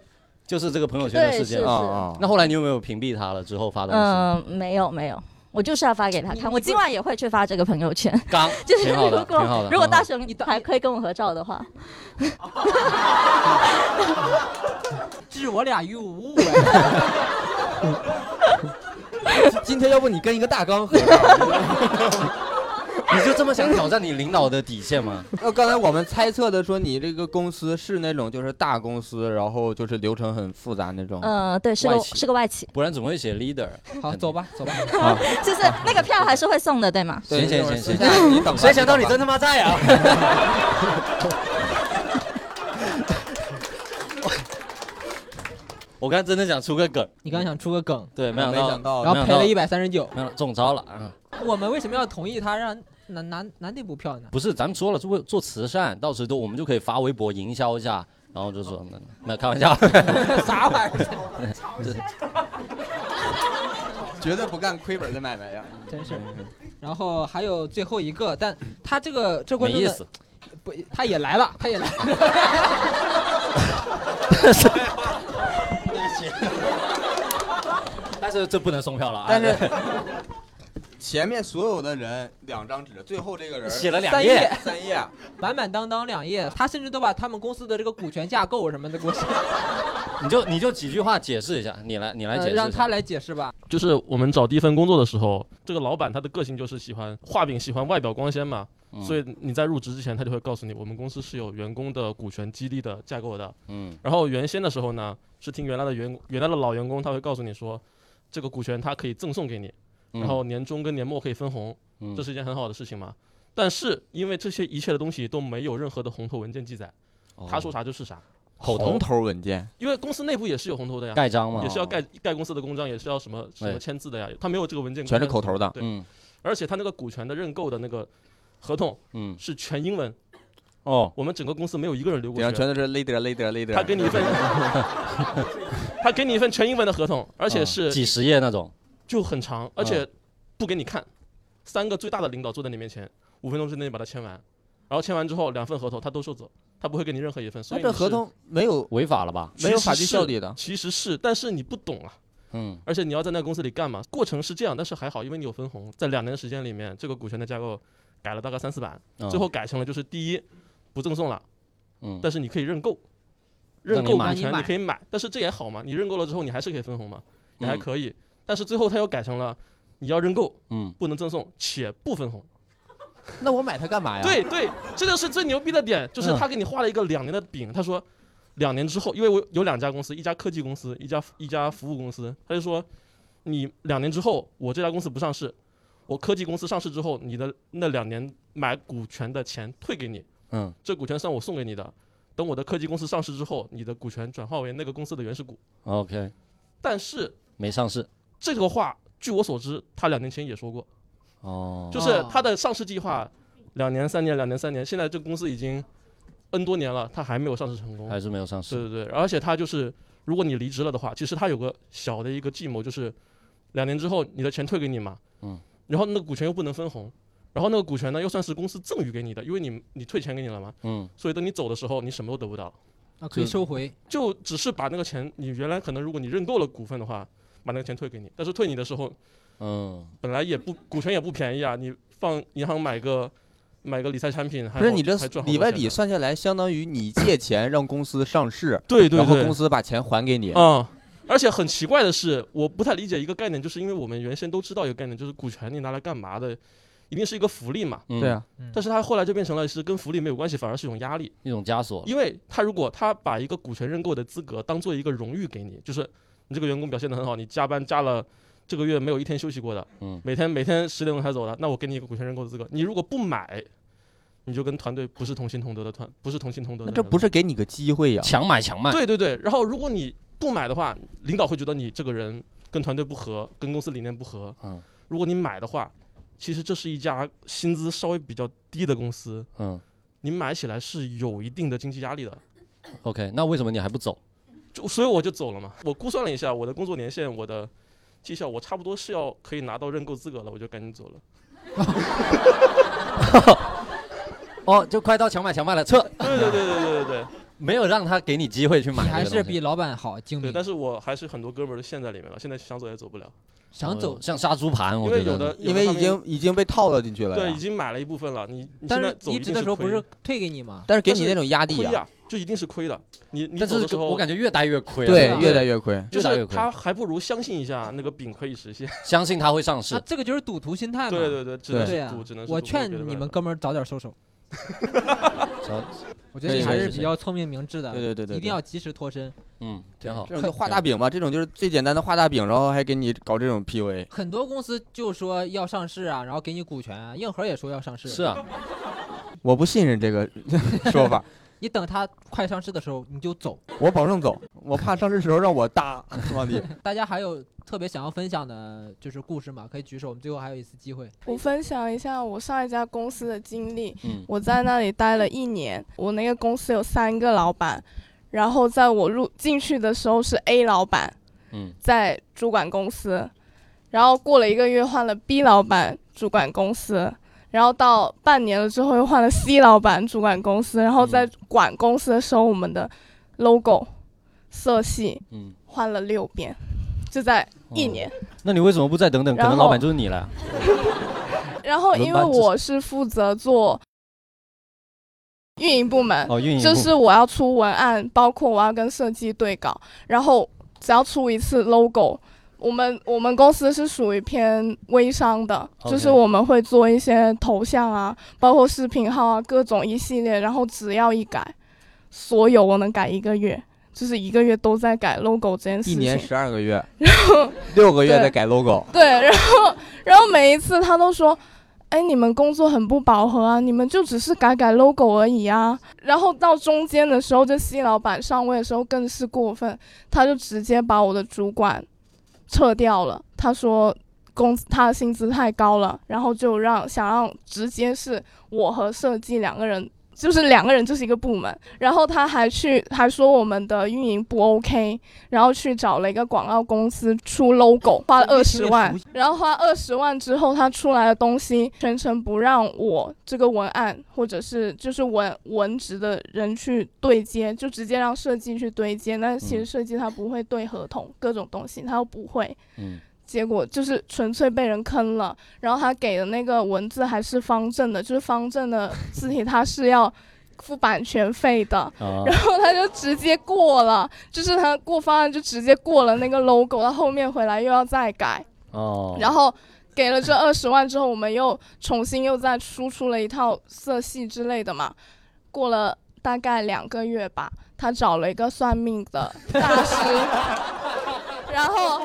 Speaker 3: 就是这个朋友圈的
Speaker 10: 对
Speaker 3: 事件啊
Speaker 10: 是是
Speaker 3: 那后来你有没有屏蔽他了？之后发东西？
Speaker 10: 嗯，没有没有，我就是要发给他看，我今晚也会去发这个朋友圈。
Speaker 3: 刚
Speaker 10: 就是
Speaker 3: 挺
Speaker 10: 如
Speaker 3: 好
Speaker 10: 果
Speaker 3: 的，挺好的。
Speaker 10: 如果
Speaker 3: 挺好
Speaker 10: 大
Speaker 3: 的
Speaker 10: 雄你还可以跟我合照的 话，
Speaker 4: 置我俩于无物。
Speaker 1: 今天要不你跟一个大纲合照？
Speaker 3: 你就这么想挑战你领导的底线吗？
Speaker 1: 那刚才我们猜测的说，你这个公司是那种就是大公司，然后就是流程很复杂那种。
Speaker 10: 嗯，对，是
Speaker 1: 外
Speaker 10: 个
Speaker 1: 企
Speaker 10: 是个外企，
Speaker 3: 不然怎么会写 leader？
Speaker 4: 好，走吧，走吧。
Speaker 10: 就是那个票还是会送的，对吗？
Speaker 3: 行行行行
Speaker 1: 对就是私下你等吧
Speaker 3: 行，谁想到你真他妈在 啊？我刚才真的想出个梗，
Speaker 4: 你刚想出个梗，
Speaker 3: 对，没
Speaker 4: 啊
Speaker 3: 想
Speaker 4: 没
Speaker 3: 到，
Speaker 4: 想到然后赔了139
Speaker 3: 没有中招了啊！
Speaker 4: 我们为什么要同意他让男男男内部票呢？
Speaker 3: 不是，咱们说了，做做慈善，到时都我们就可以发微博营销一下，然后就说那那开玩笑，
Speaker 4: 啥玩意儿？
Speaker 3: 这
Speaker 1: 绝对不干亏本的买卖呀！
Speaker 4: 真是。
Speaker 3: 嗯
Speaker 4: 然后还有最后一个，但他这个这观
Speaker 3: 没
Speaker 4: 众
Speaker 3: 意
Speaker 4: 的
Speaker 3: 思。
Speaker 4: 不，他也来了，他也来了。
Speaker 3: 但是这不能送票了啊！
Speaker 1: 但 是前面所有的人两张纸，最后这个人
Speaker 3: 写了两
Speaker 4: 三页，
Speaker 1: 三页，
Speaker 4: 满满当当两页，他甚至都把他们公司的这个股权架构什么的给我写，
Speaker 3: 你就你就几句话解释一下，你来你来解
Speaker 4: 呃
Speaker 3: 释一
Speaker 4: 让
Speaker 3: 下。
Speaker 4: 他来解释吧。
Speaker 8: 就是我们找第一份工作的时候，这个老板他的个性就是喜欢画饼，喜欢外表光鲜嘛，
Speaker 3: 嗯
Speaker 8: 所以你在入职之前，他就会告诉你，我们公司是有员工的股权激励的架构的。
Speaker 3: 嗯
Speaker 8: 然后原先的时候呢，是听原来的员工原来的老员工他会告诉你说，这个股权他可以赠送给你，
Speaker 3: 嗯
Speaker 8: 然后年终跟年末可以分红，
Speaker 3: 嗯
Speaker 8: 这是一件很好的事情嘛。但是因为这些一切的东西都没有任何的红头文件记载，
Speaker 3: 哦
Speaker 8: 他说啥就是啥。
Speaker 1: 红头文件，
Speaker 8: 因为公司内部也是有红头的呀，
Speaker 1: 盖章嘛
Speaker 8: 也是要盖盖公司的公章，也是要什么什么签字的呀，他没有这个文件，
Speaker 1: 全是口头的
Speaker 8: 对，
Speaker 1: 嗯
Speaker 8: 而且他那个股权的认购的那个合同，
Speaker 3: 嗯
Speaker 8: 是全英文，
Speaker 3: 哦，
Speaker 8: 我们整个公司没有一个人留过
Speaker 1: 顶上
Speaker 8: 学，
Speaker 1: 全都是 leader leader leader。
Speaker 8: 他给你一 份，他给你一份全英文的合同，而且
Speaker 1: 哦
Speaker 8: 是
Speaker 3: 啊几十页那种，
Speaker 8: 就很长，而
Speaker 3: 嗯
Speaker 8: 且不给你看，三个最大的领导坐在你面前，五分钟之内把它签完，然后签完之后两份合同他都收走，他不会给你任何一份，所以
Speaker 1: 那这
Speaker 8: 你是
Speaker 1: 合同没有
Speaker 3: 违法了吧？
Speaker 1: 没有法律效力的
Speaker 8: 其实是，其实是但是你不懂啊。
Speaker 3: 嗯，
Speaker 8: 而且你要在那个公司里干嘛？过程是这样，但是还好，因为你有分红，在两年的时间里面，这个股权的架构改了大概三四版，
Speaker 3: 嗯
Speaker 8: 最后改成了就是第一不赠送了，
Speaker 3: 嗯
Speaker 8: 但是你可以认购，
Speaker 3: 让
Speaker 8: 认
Speaker 3: 你
Speaker 8: 购
Speaker 3: 买
Speaker 8: 股权
Speaker 3: 让你买
Speaker 8: 你可以买，但是这也好嘛，你认购了之后你还是可以分红嘛，也还
Speaker 3: 嗯
Speaker 8: 可以，但是最后它又改成了你要认购，
Speaker 3: 嗯，
Speaker 8: 不能赠送且不分红，
Speaker 1: 那我买它干嘛呀？
Speaker 8: 对对，这就是最牛逼的点，就是
Speaker 1: 嗯
Speaker 8: 他给你画了一个两年的饼，他说两年之后，因为我有两家公司，一家科技公司，一家一家服务公司，他就说你两年之后，我这家公司不上市，我科技公司上市之后，你的那两年买股权的钱退给你，
Speaker 3: 嗯，
Speaker 8: 这股权算我送给你的，等我的科技公司上市之后，你的股权转化为那个公司的原始股，
Speaker 3: OK，
Speaker 8: 但是
Speaker 3: 没上市
Speaker 8: 这个话，据我所知，他两年前也说过，
Speaker 3: 哦，
Speaker 8: 就是他的上市计划，两年、三年、两年、三年，现在这个公司已经 N 多年了，他还没有上市成功，
Speaker 3: 还是没有上市。
Speaker 8: 对对对，而且他就是，如果你离职了的话，其实他有个小的一个计谋，就是两年之后你的钱退给你嘛，
Speaker 3: 嗯，
Speaker 8: 然后那个股权又不能分红，然后那个股权呢又算是公司赠予给你的，因为你你退钱给你了嘛，
Speaker 3: 嗯，
Speaker 8: 所以等你走的时候你什么都得不到，
Speaker 4: 啊可以收回，
Speaker 8: 就只是把那个钱，你原来可能如果你认购了股份的话，把那个钱退给你，但是退你的时候，
Speaker 3: 嗯，
Speaker 8: 本来也不股权也不便宜啊，你放银行买个买个理财产品，还
Speaker 1: 不是你这
Speaker 8: 还赚好多
Speaker 1: 里外
Speaker 8: 钱
Speaker 1: 里
Speaker 8: 呢
Speaker 1: 算下来，相当于你借钱让公司上市，
Speaker 8: 对对
Speaker 1: 然后
Speaker 8: 对
Speaker 1: 公司把钱还给你。
Speaker 8: 嗯，而且很奇怪的是，我不太理解一个概念，就是因为我们原先都知道一个概念，就是股权你拿来干嘛的，一定是一个福利嘛。
Speaker 1: 嗯对啊。
Speaker 8: 但是它后来就变成了是跟福利没有关系，反而是一种压力，
Speaker 3: 一种枷锁。
Speaker 8: 因为他如果他把一个股权认购的资格当做一个荣誉给你，就是你这个员工表现得很好，你加班加了。这个月没有一天休息过的，
Speaker 3: 嗯
Speaker 8: 每天每天十点钟才走的，那我给你一个股权认购的资格。你如果不买，你就跟团队不是同心同德的团，不是同心同德的人了。
Speaker 1: 那这不是给你个机会呀？
Speaker 3: 强买强卖
Speaker 8: 对对对，然后如果你不买的话，领导会觉得你这个人跟团队不合，跟公司理念不合。
Speaker 3: 嗯，
Speaker 8: 如果你买的话，其实这是一家薪资稍微比较低的公司。
Speaker 3: 嗯，
Speaker 8: 你买起来是有一定的经济压力的。
Speaker 3: OK，那为什么你还不走？
Speaker 8: 就所以我就走了嘛。我估算了一下我的工作年限，我的绩效，我差不多是要可以拿到认购资格了，我就赶紧走了。
Speaker 3: 哦，就快到强买强卖了，撤。
Speaker 8: 对对对对对对对。
Speaker 3: 没有让他给你机会去买这个东西，
Speaker 8: 老板好精明。对，但是我还是很多哥们儿都陷在里面了，现在想走也走不了。嗯
Speaker 3: 想走像杀猪盘，我
Speaker 8: 因为
Speaker 3: 觉得
Speaker 8: 有的
Speaker 1: 因为已经已经被套了进去了呀。
Speaker 8: 对，已经买了一部分了，你你
Speaker 4: 但
Speaker 8: 现在
Speaker 4: 是
Speaker 8: 走
Speaker 4: 离
Speaker 8: 一
Speaker 4: 职
Speaker 8: 定
Speaker 4: 的时候
Speaker 8: 亏
Speaker 4: 不是退给你吗？
Speaker 1: 但是给你那种压力
Speaker 8: 亏
Speaker 1: 啊
Speaker 8: 呀，就一定是亏的。你你
Speaker 3: 但
Speaker 8: 走的
Speaker 3: 是
Speaker 8: 时候，
Speaker 3: 我感觉越待越亏啊
Speaker 1: 对
Speaker 3: 这个
Speaker 1: 越待越亏
Speaker 8: 就
Speaker 3: 越待越
Speaker 8: 是
Speaker 3: 亏
Speaker 8: 他还不如相信一下那个饼可以实现，
Speaker 3: 相信它会上市
Speaker 4: 啊，这个就是赌徒心态嘛。
Speaker 8: 对对对只能是
Speaker 4: 对啊
Speaker 8: 赌只能是
Speaker 4: 我
Speaker 8: 赌没
Speaker 4: 劝
Speaker 8: 别的
Speaker 4: 你
Speaker 8: 办
Speaker 4: 们哥们儿早点收手。我觉得
Speaker 1: 可以
Speaker 4: 你还
Speaker 1: 可以
Speaker 4: 是
Speaker 1: 可以
Speaker 4: 比较聪明明智的，
Speaker 1: 对对对对
Speaker 4: 一定要及时脱身。
Speaker 3: 嗯，挺好
Speaker 1: 这种就画大饼吧，这种就是最简单的画大饼，然后还给你搞这种 PUA。
Speaker 4: 很多公司就说要上市啊，然后给你股权啊，硬核也说要上市。
Speaker 1: 是啊，我不信任这个 说法，
Speaker 4: 你等它快上市的时候你就 走。
Speaker 1: 我保证走，我怕上市时候让我搭往里。
Speaker 4: 大家还有特别想要分享的，就是故事嘛，可以举手。我们最后还有一次机会。
Speaker 13: 我分享一下我上一家公司的经历。
Speaker 4: 嗯
Speaker 13: 我在那里待了一年，我那个公司有三个老板，然后在我入进去的时候是 A 老板，
Speaker 3: 嗯，
Speaker 13: 在主管公司，然后过了一个月换了 B 老板主管公司，然后到半年了之后又换了 C 老板主管公司，然后在
Speaker 3: 嗯
Speaker 13: 管公司的时候，我们的 logo 色系
Speaker 3: 嗯哦
Speaker 13: 换了六遍，就在一年。
Speaker 3: 那你为什么不再等等？可
Speaker 13: 然
Speaker 3: 能
Speaker 13: 后
Speaker 3: 老板就是你了。
Speaker 13: 然后
Speaker 3: 轮
Speaker 13: 因为
Speaker 3: 班制
Speaker 13: 我是负责做运营部门，
Speaker 3: 哦运营部
Speaker 13: 就
Speaker 3: 门
Speaker 13: 是我要出文案，包括我要跟设计对稿，然后只要出一次 logo。我们我们公司是属于偏微商的
Speaker 14: OK
Speaker 13: 就是我们会做一些头像啊，包括视频号啊，各种一系列，然后只要一改，所有我能改一个月，就是一个月都在改 logo 这件事
Speaker 1: 一
Speaker 13: 情。
Speaker 1: 年十二 个月，
Speaker 13: 然后
Speaker 1: 六个月
Speaker 13: 对
Speaker 1: 再改 logo。
Speaker 13: 对，然后然后每一次他都说，哎，你们工作很不饱和啊，你们就只是改改 logo 而已啊。然后到中间的时候，这新老板上位的时候更是过分，他就直接把我的主管撤掉了。他说工他的薪资太高了，然后就让想让直接是我和设计两个人。就是两个人就是一个部门，然后他还去还说我们的运营不 OK，然后去找了一个广告公司出 logo，花了二十万，然后花二十万之后，他出来的东西全程不让我这个文案或者是就是文文职的人去对接，就直接让设计去对接。那其实设计他不会对合同、各种东西，他又不会，
Speaker 3: 嗯
Speaker 13: 结果就是纯粹被人坑了。然后他给的那个文字还是方正的，就是方正的字体，他是要付版权费的。
Speaker 3: 啊
Speaker 13: 然后他就直接过了，就是他过方案就直接过了那个 logo，他后面回来又要再改。
Speaker 3: 哦，
Speaker 13: 然后给了这二十万之后，我们又重新又再输出了一套色系之类的嘛。过了大概两个月吧，他找了一个算命的大师，然后。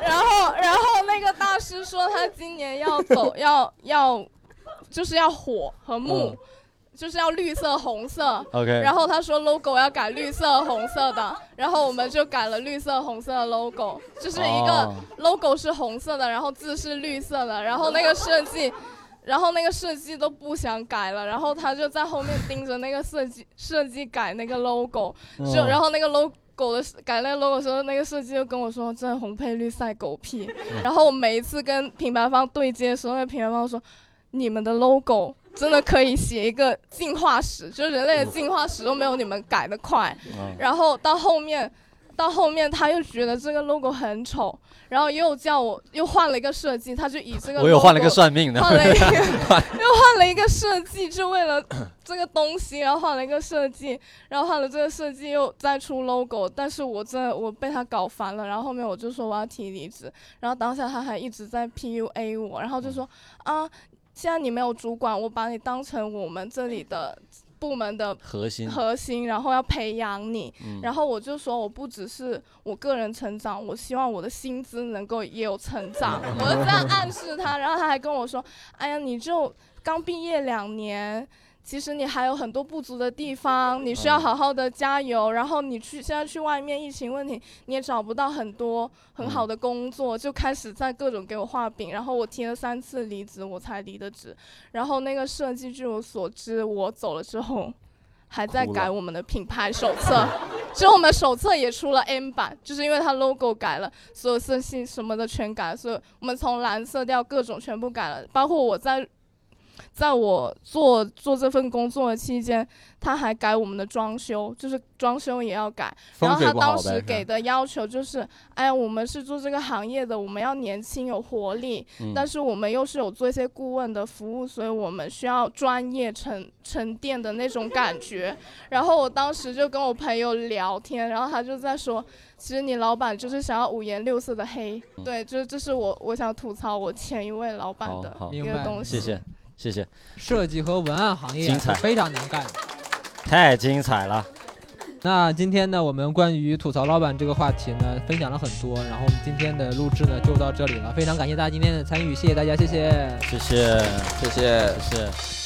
Speaker 13: 然后，然后那个大师说他今年要 走，要要，就是要火和木，
Speaker 3: 嗯
Speaker 13: 就是要绿色红色。
Speaker 3: OK
Speaker 13: 然后他说 logo 要改绿色红色的，然后我们就改了绿色红色的 logo，就是一个
Speaker 14: 哦
Speaker 13: logo 是红色的，然后字是绿色的，然后那个设计。 然后那个设计都不想改了，然后他就在后面盯着那个设计设计改那个 logo，就、
Speaker 3: 嗯
Speaker 14: 哦
Speaker 13: 然后那个 logo 的改那个 logo 的时候，那个设计就跟我说：“这红配绿赛狗屁。”然后我每一次跟品牌方对接的时候，那品牌方说：“你们的 logo 真的可以写一个进化史，就是人类的进化史都没有你们改的快。
Speaker 14: 嗯
Speaker 13: 然后到后面，到后面他又觉得这个 logo 很丑，然后又叫我又换了一个设计，他就以这个 logo,
Speaker 3: 我有换了一个算命的，
Speaker 13: 换了一 个又换了一个设计，就为了这个东西，然后换了一个设计，然后换了这个设计又再出 logo，但是我真的我被他搞烦了，然后后面我就说我要提离职，然后当下他还一直在 PUA 我，然后就说
Speaker 3: 嗯
Speaker 13: 啊，现在你没有主管，我把你当成我们这里的。部门的
Speaker 3: 核心
Speaker 13: 核心，然后要培养你，
Speaker 3: 嗯
Speaker 13: 然后我就说，我不只是我个人成长，我希望我的薪资能够也有成长，我就这样暗示他，然后他还跟我说，哎呀，你就刚毕业两年。其实你还有很多不足的地方，你需要好好的加油。然后你去现在去外面，疫情问题你也找不到很多很好的工作，就开始在各种给我画饼。然后我提了三次离职，我才离的职。然后那个设计，据我所知，我走了之后，还在
Speaker 14: 哭了
Speaker 13: 改我们的品牌手册，之后我们手册也出了 M 版，就是因为它 logo 改了，所有色系什么的全改了，所以我们从蓝色调各种全部改了，包括我在在我做做这份工作的期间，他还改我们的装修，就是装修也要改。
Speaker 14: 风
Speaker 13: 然后
Speaker 14: 水
Speaker 13: 他
Speaker 14: 不好
Speaker 13: 当
Speaker 14: 呗
Speaker 13: 时
Speaker 14: 是
Speaker 13: 给的要求就是，哎呀，我们是做这个行业的，我们要年轻有活力，
Speaker 14: 嗯
Speaker 13: 但是我们又是有做一些顾问的服务，所以我们需要专业沉沉淀的那种感觉。然后我当时就跟我朋友聊天，然后他就在说，其实你老板就是想要五颜六色的黑，
Speaker 3: 嗯
Speaker 13: 对，就是这是我我想吐槽我前一位老板
Speaker 3: 好
Speaker 13: 的
Speaker 3: 好，
Speaker 13: 一个东西。
Speaker 3: 谢谢谢谢，
Speaker 4: 设计和文案行业啊
Speaker 3: 精彩
Speaker 4: 是非常难干的。
Speaker 3: 太精彩了。
Speaker 4: 那今天呢，我们关于吐槽老板这个话题呢，分享了很多，然后我们今天的录制呢就到这里了，非常感谢大家今天的参与，谢谢大家，谢谢。
Speaker 3: 谢谢，
Speaker 1: 谢谢，
Speaker 3: 谢谢。